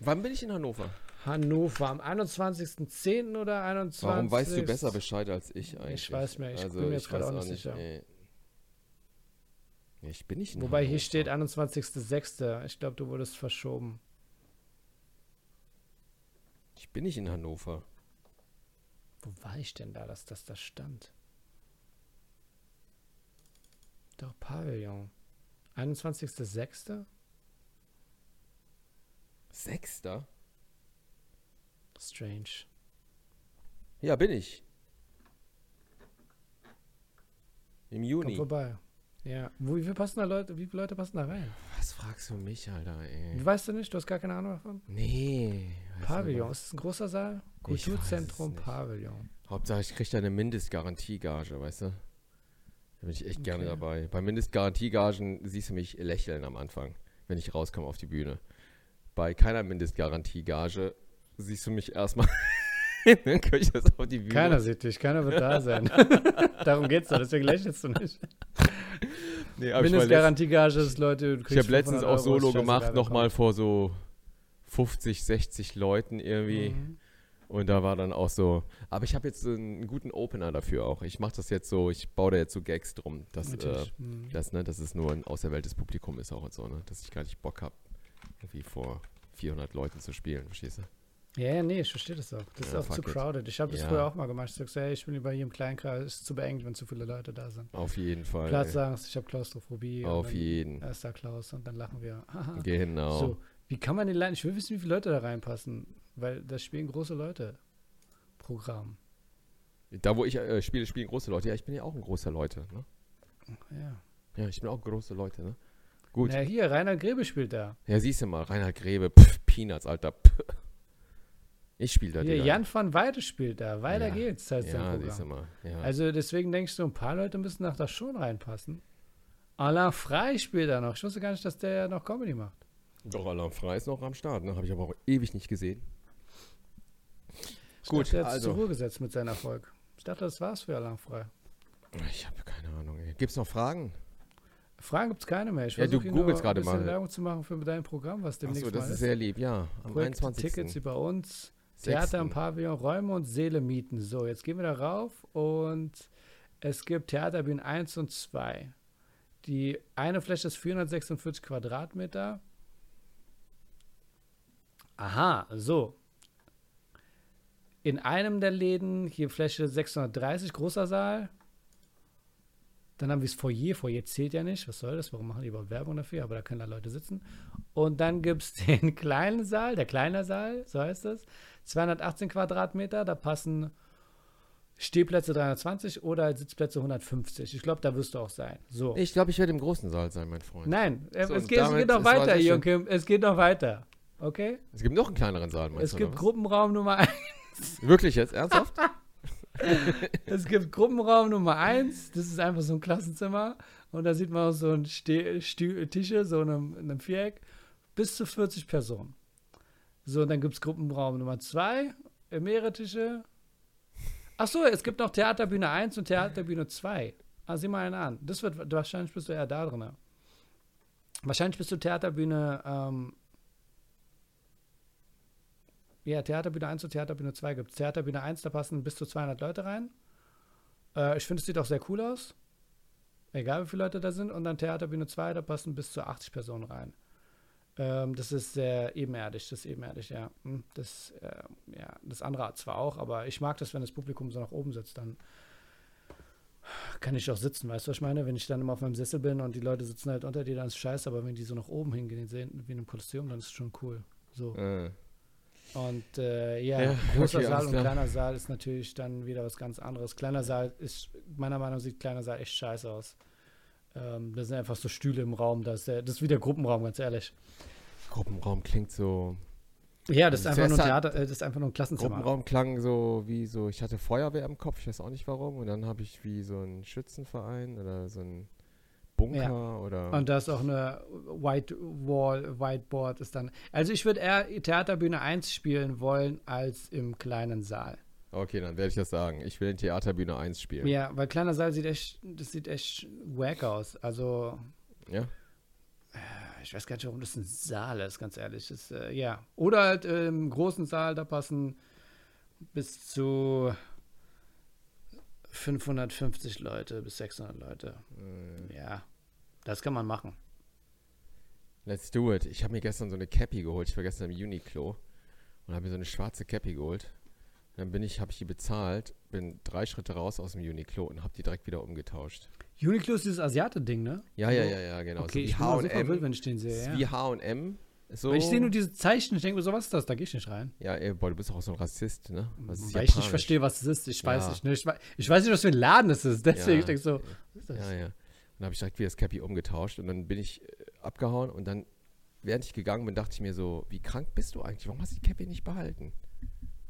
Speaker 1: Wann bin ich in Hannover?
Speaker 2: Hannover am 21.10. oder 21.
Speaker 1: Warum weißt du besser Bescheid als ich eigentlich? Also
Speaker 2: weiß mehr, ich bin mir jetzt gerade
Speaker 1: weiß
Speaker 2: auch nicht sicher.
Speaker 1: ey. Ich bin nicht in
Speaker 2: Wobei hier
Speaker 1: Hannover.
Speaker 2: steht 21.06. Ich glaube, du wurdest verschoben.
Speaker 1: Ich bin nicht in Hannover.
Speaker 2: Wo war ich denn da, dass das da stand? Doch, Pavillon. 21.06.?
Speaker 1: Sechster?
Speaker 2: Strange.
Speaker 1: Ja, bin ich. Im
Speaker 2: Komm
Speaker 1: Juni.
Speaker 2: vorbei. Ja. Wo, wie, viele passen da Leute, wie viele Leute passen da rein?
Speaker 1: Was fragst du mich, Alter, ey?
Speaker 2: Weißt du nicht? Du hast gar keine Ahnung davon?
Speaker 1: Nee. weiß
Speaker 2: Pavillon. Ist es ein großer Saal?
Speaker 1: Ich weiß es
Speaker 2: Kulturzentrum
Speaker 1: nicht.
Speaker 2: Pavillon.
Speaker 1: nicht. Hauptsache, ich krieg da eine Mindestgarantiegage, weißt du? Da bin ich echt gerne
Speaker 2: Okay.
Speaker 1: dabei. Bei Mindestgarantiegagen siehst du mich lächeln am Anfang, wenn ich rauskomme auf die Bühne. Bei keiner Mindestgarantiegage siehst du mich erstmal *laughs* in der Küche auf die Bühne. *laughs*
Speaker 2: *laughs* Keiner sieht dich, keiner wird da sein. Darum geht's doch, deswegen lächelst du nicht.
Speaker 1: Nee, hab ich mal letzt-
Speaker 2: Mindestgarantiegage ist, Leute, du kriegst
Speaker 1: ich habe letztens
Speaker 2: 500
Speaker 1: auch
Speaker 2: Euro, ist
Speaker 1: Solo gemacht,
Speaker 2: scheißegal,
Speaker 1: nochmal vor so 50, 60 Leuten
Speaker 2: wer
Speaker 1: irgendwie.
Speaker 2: kommt. Mhm.
Speaker 1: Und da war dann auch so. Aber ich habe jetzt so einen guten Opener dafür auch. Ich mache das jetzt so, ich baue da jetzt so Gags drum, dass, äh,
Speaker 2: Natürlich. Mhm.
Speaker 1: dass, ne, dass es nur ein auserwähltes Publikum ist auch und so, ne? Dass ich gar nicht Bock habe, irgendwie vor 400 Leuten zu spielen, verstehst du?
Speaker 2: Ja, ja, nee, ich verstehe das auch. Das ist
Speaker 1: Ja,
Speaker 2: auch zu
Speaker 1: fuck it.
Speaker 2: crowded. Ich habe das
Speaker 1: Ja.
Speaker 2: früher auch mal gemacht. Ich sag so, hey, ich bin lieber hier im kleinen Kreis, ist zu beengt, wenn zu viele Leute da sind.
Speaker 1: Auf jeden Fall.
Speaker 2: Platz
Speaker 1: ey.
Speaker 2: sagst, ich habe Klaustrophobie. und
Speaker 1: Auf
Speaker 2: dann
Speaker 1: jeden.
Speaker 2: Ist da Klaus und dann lachen wir. *laughs* Haha.
Speaker 1: Genau.
Speaker 2: So, wie kann man den Leuten, ich will wissen, wie viele Leute da reinpassen, weil das spielen große Leute. Programm.
Speaker 1: Da, wo ich äh, spiele, spielen große Leute. Ja, ich bin ja auch ein großer Leute, ne?
Speaker 2: Ja.
Speaker 1: Ja, ich bin auch große Leute, ne? Gut.
Speaker 2: Na hier, Rainer Grebe spielt da.
Speaker 1: Ja, siehst du mal, Reinhard Grebe, pff, Peanuts, Alter. Pff. Ich spiele da,
Speaker 2: Hier,
Speaker 1: Digga.
Speaker 2: Jan van Weide spielt da. Weiter
Speaker 1: Ja.
Speaker 2: geht's, heißt sein
Speaker 1: ja,
Speaker 2: Programm.
Speaker 1: siehst du mal. Ja.
Speaker 2: Also deswegen denke ich so, ein paar Leute müssen nach da schon reinpassen. Alain Frey spielt da noch. Ich wusste gar nicht, dass der noch Comedy macht.
Speaker 1: Doch, Alarm frei ist noch am Start, ne? Habe ich aber auch ewig nicht gesehen.
Speaker 2: Ich
Speaker 1: Gut,
Speaker 2: dachte, er hat
Speaker 1: also.
Speaker 2: zur Ruhe gesetzt mit seinem Erfolg. Ich dachte, das war's für Alain Frey.
Speaker 1: Ich habe keine Ahnung, ey. Gibt's noch Fragen?
Speaker 2: Fragen gibt's keine mehr. Ich
Speaker 1: Ja, du
Speaker 2: versuch Ihnen
Speaker 1: googelst
Speaker 2: nur ein
Speaker 1: gerade
Speaker 2: bisschen
Speaker 1: mal.
Speaker 2: Werbung zu machen für dein Programm, was demnächst
Speaker 1: Achso, das
Speaker 2: mal
Speaker 1: ist sehr lieb, ja. Am
Speaker 2: Projekt
Speaker 1: 21.
Speaker 2: Tickets über uns.
Speaker 1: Sechsten.
Speaker 2: Theater im Pavillon, Räume und Seele mieten. So, jetzt gehen wir da rauf und es gibt Theaterbühnen 1 und 2. Die eine Fläche ist 446 Quadratmeter. Aha, so. In einem der Läden, hier Fläche 630, großer Saal. Dann haben wir das Foyer. Foyer zählt ja nicht. Was soll das? Warum machen die überhaupt Werbung dafür? Aber da können da Leute sitzen. Und dann gibt es *laughs* den kleinen Saal, der kleine Saal, so heißt es. 218 Quadratmeter. Da passen Stehplätze 320 oder als Sitzplätze 150. Ich glaube, da wirst du auch sein. So.
Speaker 1: Ich glaube, ich werde im großen Saal sein, mein Freund.
Speaker 2: Nein, äh,
Speaker 1: So,
Speaker 2: es,
Speaker 1: und
Speaker 2: geht, es
Speaker 1: damit-
Speaker 2: geht noch
Speaker 1: es war
Speaker 2: weiter,
Speaker 1: sehr schön.
Speaker 2: Joachim. Es geht noch weiter. Okay?
Speaker 1: Es gibt noch einen kleineren Saal, meinst
Speaker 2: es
Speaker 1: du,
Speaker 2: gibt
Speaker 1: oder
Speaker 2: Gruppenraum Nummer 1.
Speaker 1: was? Wirklich jetzt?
Speaker 2: *laughs*
Speaker 1: Ernsthaft?
Speaker 2: Es gibt Gruppenraum Nummer 1, das ist einfach so ein Klassenzimmer und da sieht man auch so ein Ste Stü Tische, so in einem, in einem Viereck, bis zu 40 Personen. So, und dann gibt es Gruppenraum Nummer 2, mehrere Tische. Achso, es gibt noch Theaterbühne 1 und Theaterbühne 2. Ah, sieh mal einen an. Das wird, du- wahrscheinlich bist du eher da drin. Wahrscheinlich bist du Theaterbühne, ähm, ja, Theaterbühne 1 und Theaterbühne 2 gibt es. Theaterbühne 1, da passen bis zu 200 Leute rein. Äh, ich finde, es sieht auch sehr cool aus. Egal, wie viele Leute da sind. Und dann Theaterbühne 2, da passen bis zu 80 Personen rein. Ähm, das ist sehr ebenerdig, das ist ebenerdig, ja. Hm, Das, äh, ja. das andere zwar auch, aber ich mag das, wenn das Publikum so nach oben sitzt, dann kann ich auch sitzen, weißt du, was ich meine? Wenn ich dann immer auf meinem Sessel bin und die Leute sitzen halt unter dir, dann ist scheiße, aber wenn die so nach oben hingehen, sehen wie in einem Kolosseum, dann ist es schon cool. So.
Speaker 1: äh.
Speaker 2: Und äh, ja,
Speaker 1: Ja,
Speaker 2: großer
Speaker 1: okay,
Speaker 2: Saal
Speaker 1: alles
Speaker 2: und
Speaker 1: klar.
Speaker 2: kleiner Saal ist natürlich dann wieder was ganz anderes. Kleiner Saal ist, meiner Meinung nach, sieht kleiner Saal echt scheiße aus. Ähm, da sind einfach so Stühle im Raum, das ist, der, das ist wie der Gruppenraum, ganz ehrlich.
Speaker 1: Gruppenraum klingt so.
Speaker 2: Ja, das ist
Speaker 1: Das
Speaker 2: einfach
Speaker 1: ist
Speaker 2: nur ein
Speaker 1: ja-
Speaker 2: Theater, äh, das ist einfach nur ein Klassenzimmer.
Speaker 1: Gruppenraum klang so wie so. Ich hatte Feuerwehr im Kopf, ich weiß auch nicht warum. Und dann habe ich wie so einen Schützenverein oder so einen Bunker oder.
Speaker 2: Und da ist auch eine White Wall, Whiteboard ist dann. Also ich würde eher Theaterbühne 1 spielen wollen als im kleinen Saal.
Speaker 1: okay, dann werde ich das sagen. Ich will in Theaterbühne 1 spielen.
Speaker 2: Ja, weil kleiner Saal sieht echt, das sieht echt wack aus. Also
Speaker 1: Ja?
Speaker 2: Ich weiß gar nicht, warum das ein Saal ist, ganz ehrlich. Das, äh, ja. Oder halt äh, im großen Saal, da passen bis zu 550 Leute, bis 600 Leute.
Speaker 1: Mhm.
Speaker 2: Ja, das kann man machen.
Speaker 1: Let's do it. Ich habe mir gestern so eine Cappy geholt. Ich war gestern im Uniqlo und habe mir so eine schwarze Cappy geholt. Und dann bin ich, habe ich die bezahlt, bin drei Schritte raus aus dem Uniqlo und habe die direkt wieder umgetauscht.
Speaker 2: Uniqlo ist dieses Asiate-Ding, ne?
Speaker 1: Ja, ja, ja, ja, genau. so
Speaker 2: Okay, ich
Speaker 1: wie
Speaker 2: bin mal super wild,
Speaker 1: H&M.
Speaker 2: wenn ich den
Speaker 1: ist
Speaker 2: sehe.
Speaker 1: Wie
Speaker 2: Ja.
Speaker 1: H&M. So.
Speaker 2: Weil ich sehe nur diese Zeichen, ich denke mir so, was ist das? Da gehe ich nicht rein.
Speaker 1: ja, ey, boah, du bist auch so ein Rassist, ne? Was ist
Speaker 2: Weil ich nicht
Speaker 1: japanisch?
Speaker 2: verstehe, was es ist. Ich weiß
Speaker 1: Ja.
Speaker 2: nicht. Ne? Ich, wei- ich weiß nicht, was für ein Laden es ist. Deswegen
Speaker 1: Ja.
Speaker 2: ich denke ich so, was ist das?
Speaker 1: Ja, ja. Und dann habe ich direkt wieder das Cappy umgetauscht und dann bin ich äh, abgehauen und dann, während ich gegangen bin, dachte ich mir so, wie krank bist du eigentlich? Warum hast du die Cappy nicht behalten?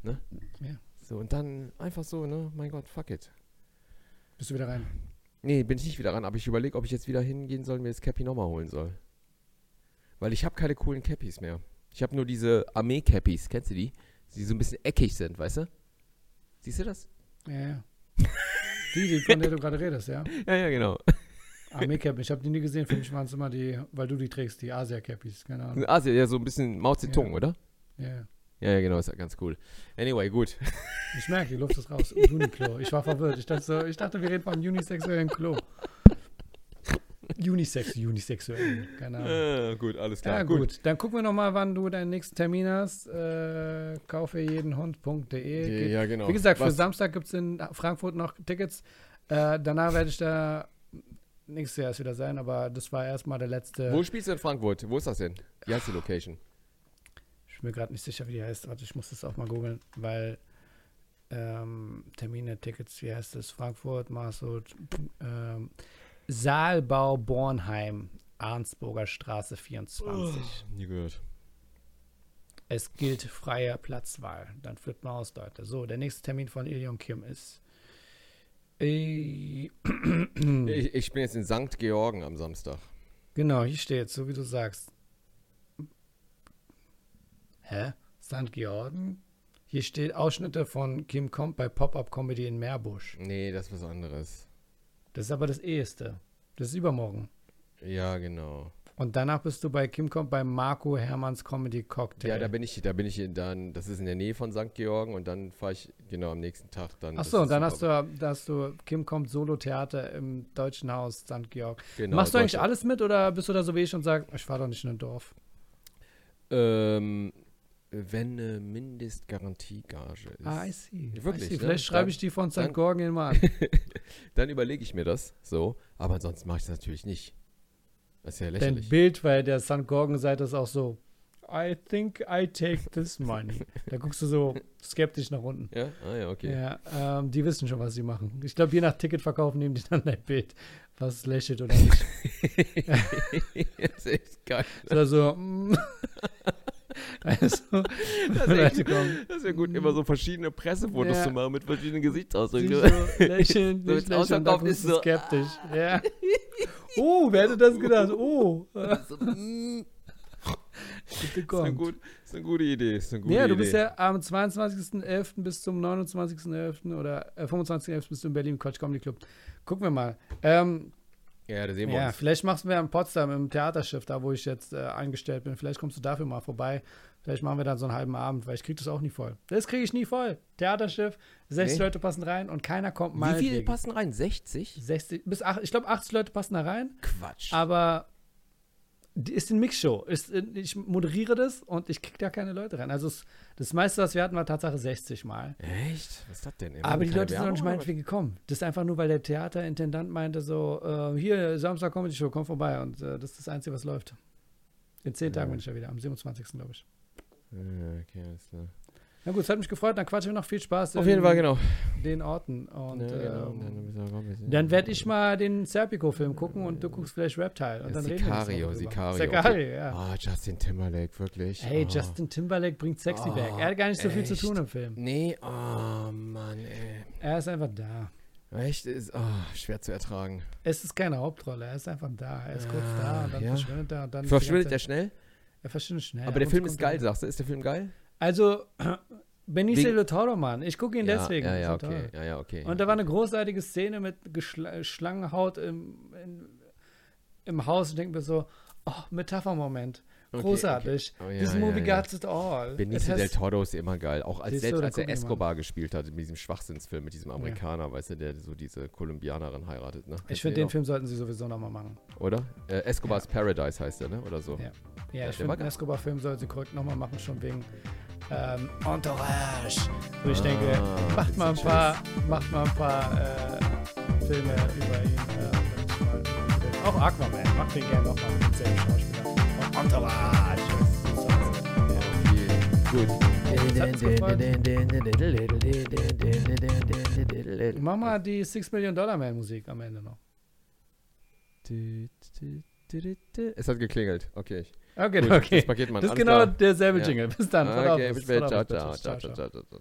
Speaker 1: Ne?
Speaker 2: Ja.
Speaker 1: So, und dann einfach so, ne? Mein Gott, fuck it.
Speaker 2: Bist du wieder rein?
Speaker 1: Nee, bin ich nicht wieder ran, aber ich überlege, ob ich jetzt wieder hingehen soll und mir das Cappy nochmal holen soll. Weil ich habe keine coolen Cappies mehr. Ich habe nur diese Armee-Cappies, kennst du die? Die so ein bisschen eckig sind, weißt du? Siehst du das?
Speaker 2: Ja, ja. Die, die, von der du gerade redest, ja?
Speaker 1: *laughs* Ja, ja, genau.
Speaker 2: Armee Cap, ich habe die nie gesehen. Für mich waren es immer die, weil du die trägst, die Asia Cappies. Keine Ahnung.
Speaker 1: In Asien, Ah, ja, so ein bisschen Mao Zedong,
Speaker 2: Ja.
Speaker 1: oder?
Speaker 2: Ja, ja.
Speaker 1: Ja, ja, genau, ist ja ganz cool. Anyway, gut.
Speaker 2: Ich merke, die Luft ist raus. Uniklo. Ich war verwirrt. Ich dachte, so, ich dachte wir reden vom unisexuellen Klo. Unisex, unisexuell.
Speaker 1: *laughs*
Speaker 2: Keine Ahnung.
Speaker 1: Äh, gut, alles
Speaker 2: Ah. Ja,
Speaker 1: klar.
Speaker 2: gut. Dann gucken wir nochmal, wann du deinen nächsten Termin hast. Äh, kaufe jeden
Speaker 1: Ja,
Speaker 2: Hund.de.
Speaker 1: ja, genau.
Speaker 2: Wie gesagt, für
Speaker 1: Was-
Speaker 2: Samstag gibt es in Frankfurt noch Tickets. Äh, danach werde ich da nächstes Jahr erst wieder sein, aber das war erstmal der letzte.
Speaker 1: Wo spielst du in Frankfurt? Wo ist das denn? Wie heißt die Location?
Speaker 2: Ich bin mir gerade nicht sicher, wie die heißt. Warte, ich muss das auch mal googeln, weil ähm, Termine, Tickets, wie heißt es? Frankfurt, Marsut, ähm, Saalbau, Bornheim, Arnsburger Straße 24.
Speaker 1: Nie gehört.
Speaker 2: Es gilt freie Platzwahl. Dann flippt man aus, Leute. So, der nächste Termin von Ilion Kim ist. *clears throat* Äh,
Speaker 1: Ich, ich bin jetzt in St. Georgen am Samstag.
Speaker 2: genau, hier steht, so wie du sagst. Hä? St. Georgen? Hier steht Ausschnitte von Kim kommt bei Pop-Up Comedy in Meerbusch.
Speaker 1: Nee, das ist was anderes.
Speaker 2: Das ist aber das eheste. Das ist übermorgen.
Speaker 1: Ja, genau.
Speaker 2: Und danach bist du bei Kim kommt bei Marco Hermanns Comedy Cocktail.
Speaker 1: Ja, da bin ich, da bin ich in- dann, das ist in der Nähe von St. Georgen und dann fahre ich, genau, am nächsten Tag dann. das
Speaker 2: Achso,
Speaker 1: ist
Speaker 2: und dann
Speaker 1: super.
Speaker 2: hast du, da hast du Kim kommt Solo Theater im Deutschen Haus St. Georg.
Speaker 1: Genau,
Speaker 2: Machst du eigentlich
Speaker 1: Deutschland.
Speaker 2: alles mit oder bist du da so wie ich und sagst, ich fahre doch nicht in ein Dorf?
Speaker 1: Ähm, wenn eine Mindestgarantiegage ist,
Speaker 2: Ah, I see.
Speaker 1: Wirklich,
Speaker 2: I see.
Speaker 1: ne?
Speaker 2: Vielleicht schreibe ich die von
Speaker 1: dann-
Speaker 2: St. Georgen immer an.
Speaker 1: dann überlege ich mir das so. Aber ansonsten mache ich es natürlich nicht. Das ist ja
Speaker 2: Dein
Speaker 1: lächerlich.
Speaker 2: Bild bei der St. Georgen-Seite ist auch so, I think I take
Speaker 1: *laughs*
Speaker 2: this money. Da guckst du so skeptisch nach unten.
Speaker 1: Ja? Ah ja, okay.
Speaker 2: Ja, ähm, die wissen schon, was sie machen. Ich glaube, je nach Ticketverkauf nehmen die dann ein Bild, was lächelt oder nicht.
Speaker 1: *laughs* *laughs* das ist echt geil.
Speaker 2: oder so. mm. also,
Speaker 1: Das ist,
Speaker 2: Leute
Speaker 1: echt,
Speaker 2: kommen,
Speaker 1: das ist ja gut, immer so verschiedene Pressefotos
Speaker 2: Ja.
Speaker 1: zu machen mit verschiedenen
Speaker 2: die
Speaker 1: Gesichtsausdrücken.
Speaker 2: so
Speaker 1: *laughs*
Speaker 2: lächeln,
Speaker 1: So, wenn's
Speaker 2: nicht lächeln, dann
Speaker 1: ausverkauft ist,
Speaker 2: ist so
Speaker 1: so, ah.
Speaker 2: skeptisch.
Speaker 1: *laughs*
Speaker 2: Ja. Oh, wer hätte das gedacht? Oh, äh,
Speaker 1: So, mm,
Speaker 2: bitte
Speaker 1: ist,
Speaker 2: *laughs*
Speaker 1: eine
Speaker 2: kommt.
Speaker 1: gut, ist eine gute Idee. Ist eine gute
Speaker 2: ja,
Speaker 1: Idee.
Speaker 2: du bist ja am 22.11. bis zum 29.11. oder äh, 25.11. bist du in Berlin im Quatsch Comedy Club. Gucken wir mal. Ähm,
Speaker 1: ja, da sehen wir
Speaker 2: Ja,
Speaker 1: uns.
Speaker 2: vielleicht machst du mir in Potsdam im Theaterschiff, da wo ich jetzt äh, angestellt bin. Vielleicht kommst du dafür mal vorbei. Vielleicht machen wir dann so einen halben Abend, weil ich krieg das auch nie voll. Das kriege ich nie voll. Theaterschiff, 60
Speaker 1: Nee.
Speaker 2: Leute passen rein und keiner kommt mal.
Speaker 1: Wie viele passen rein? 60?
Speaker 2: 60 bis ach, ich glaube 80 Leute passen da rein,
Speaker 1: Quatsch.
Speaker 2: aber die ist eine Mixshow. Ist, äh, ich moderiere das und ich krieg da keine Leute rein. Also es, das meiste, was wir hatten, war Tatsache 60 Mal.
Speaker 1: Echt? Was ist das denn? Immer
Speaker 2: Aber die
Speaker 1: keine
Speaker 2: Leute sind noch
Speaker 1: Werbung
Speaker 2: nicht
Speaker 1: oder
Speaker 2: meinetwegen gekommen. Das ist einfach nur, weil der Theaterintendant meinte so, äh, hier, Samstag Comedy Show, komm vorbei. Und äh, das ist das Einzige, was läuft. In zehn Tagen bin ich ja wieder, am 27. glaube ich.
Speaker 1: was? Ja, okay, alles klar.
Speaker 2: Na gut, es hat mich gefreut, dann quatschen wir noch viel Spaß
Speaker 1: Auf jeden Fall, genau.
Speaker 2: den Orten. Und
Speaker 1: Ja, genau.
Speaker 2: ähm,
Speaker 1: Dann müssen wir auch ein bisschen-
Speaker 2: dann werde ich mal den Serpico-Film gucken und du guckst vielleicht Reptile. Und dann reden wir nächste
Speaker 1: Sicario,
Speaker 2: Woche drüber.
Speaker 1: Sicario.
Speaker 2: Sicario, ja.
Speaker 1: Ah, Justin Timberlake, wirklich.
Speaker 2: Hey,
Speaker 1: Ah.
Speaker 2: Justin Timberlake bringt Sexy
Speaker 1: Oh,
Speaker 2: back. Er hat gar nicht so viel zu
Speaker 1: echt?
Speaker 2: tun im Film.
Speaker 1: Nee, oh Mann, ey.
Speaker 2: Er ist einfach da.
Speaker 1: Echt ist ah, schwer zu ertragen.
Speaker 2: Es ist keine Hauptrolle, er ist einfach da. Er ist kurz
Speaker 1: Ah,
Speaker 2: da und dann
Speaker 1: ja.
Speaker 2: verschwindet er. Und dann ist die
Speaker 1: Verschwindet
Speaker 2: ganze-
Speaker 1: er schnell?
Speaker 2: Er verschwindet schnell.
Speaker 1: aber der
Speaker 2: Ab
Speaker 1: Film
Speaker 2: und
Speaker 1: ist
Speaker 2: zu kommt
Speaker 1: geil,
Speaker 2: er-
Speaker 1: sagst du. Ist der Film geil?
Speaker 2: Also, *clears throat* Benicio
Speaker 1: Wegen-
Speaker 2: del Toro, Mann. Ich gucke ihn deswegen.
Speaker 1: Ja, ja,
Speaker 2: Del
Speaker 1: okay.
Speaker 2: Toro.
Speaker 1: Ja, ja, okay.
Speaker 2: Und da war eine großartige Szene mit Geschla Schlangenhaut im, in, im Haus und denke mir so, oh, Metaphermoment.
Speaker 1: Okay,
Speaker 2: Großartig.
Speaker 1: okay. Oh, ja,
Speaker 2: This
Speaker 1: ja,
Speaker 2: movie
Speaker 1: ja.
Speaker 2: got it all. It
Speaker 1: Benicio
Speaker 2: has-
Speaker 1: del Toro ist immer geil. Auch als,
Speaker 2: Siehst
Speaker 1: selbst
Speaker 2: du, dann
Speaker 1: als er
Speaker 2: guck ich mal an.
Speaker 1: Escobar gespielt hat, in diesem Schwachsinnsfilm mit diesem Amerikaner, weißt du, der so diese Kolumbianerin heiratet, ne?
Speaker 2: ich finde, den Film sollten sie sowieso nochmal machen.
Speaker 1: Oder? Äh, Escobars Paradise heißt er, ne? Oder so.
Speaker 2: Ja, ja,
Speaker 1: der
Speaker 2: ich
Speaker 1: war
Speaker 2: finde, den
Speaker 1: geil.
Speaker 2: Escobar-Film sollten sie korrekt nochmal machen, schon wegen ähm, Entourage. Wo ich denke,
Speaker 1: Ah,
Speaker 2: macht mal ein
Speaker 1: bisschen
Speaker 2: paar, macht mal ein paar äh, Filme über ihn. Äh, wenn ich mal- auch Aquaman, macht den gerne nochmal mit demselben Schauspieler. Und Entourage. So, so, so. Ja.
Speaker 1: Okay, gut.
Speaker 2: Jetzt hat's gefallen. Mach mal die Six Million Dollar Man Musik am Ende noch.
Speaker 1: Es hat geklingelt. Okay.
Speaker 2: Okay,
Speaker 1: Gut,
Speaker 2: okay.
Speaker 1: Das Paket, Mann.
Speaker 2: Das ist
Speaker 1: Alles
Speaker 2: genau
Speaker 1: klar.
Speaker 2: derselbe
Speaker 1: Ja.
Speaker 2: Jingle. Bis dann. Verlauf
Speaker 1: Okay,
Speaker 2: es,
Speaker 1: bis später.
Speaker 2: verlauf
Speaker 1: Ciao,
Speaker 2: es,
Speaker 1: ciao,
Speaker 2: bitte.
Speaker 1: ciao, ciao, ciao, ciao.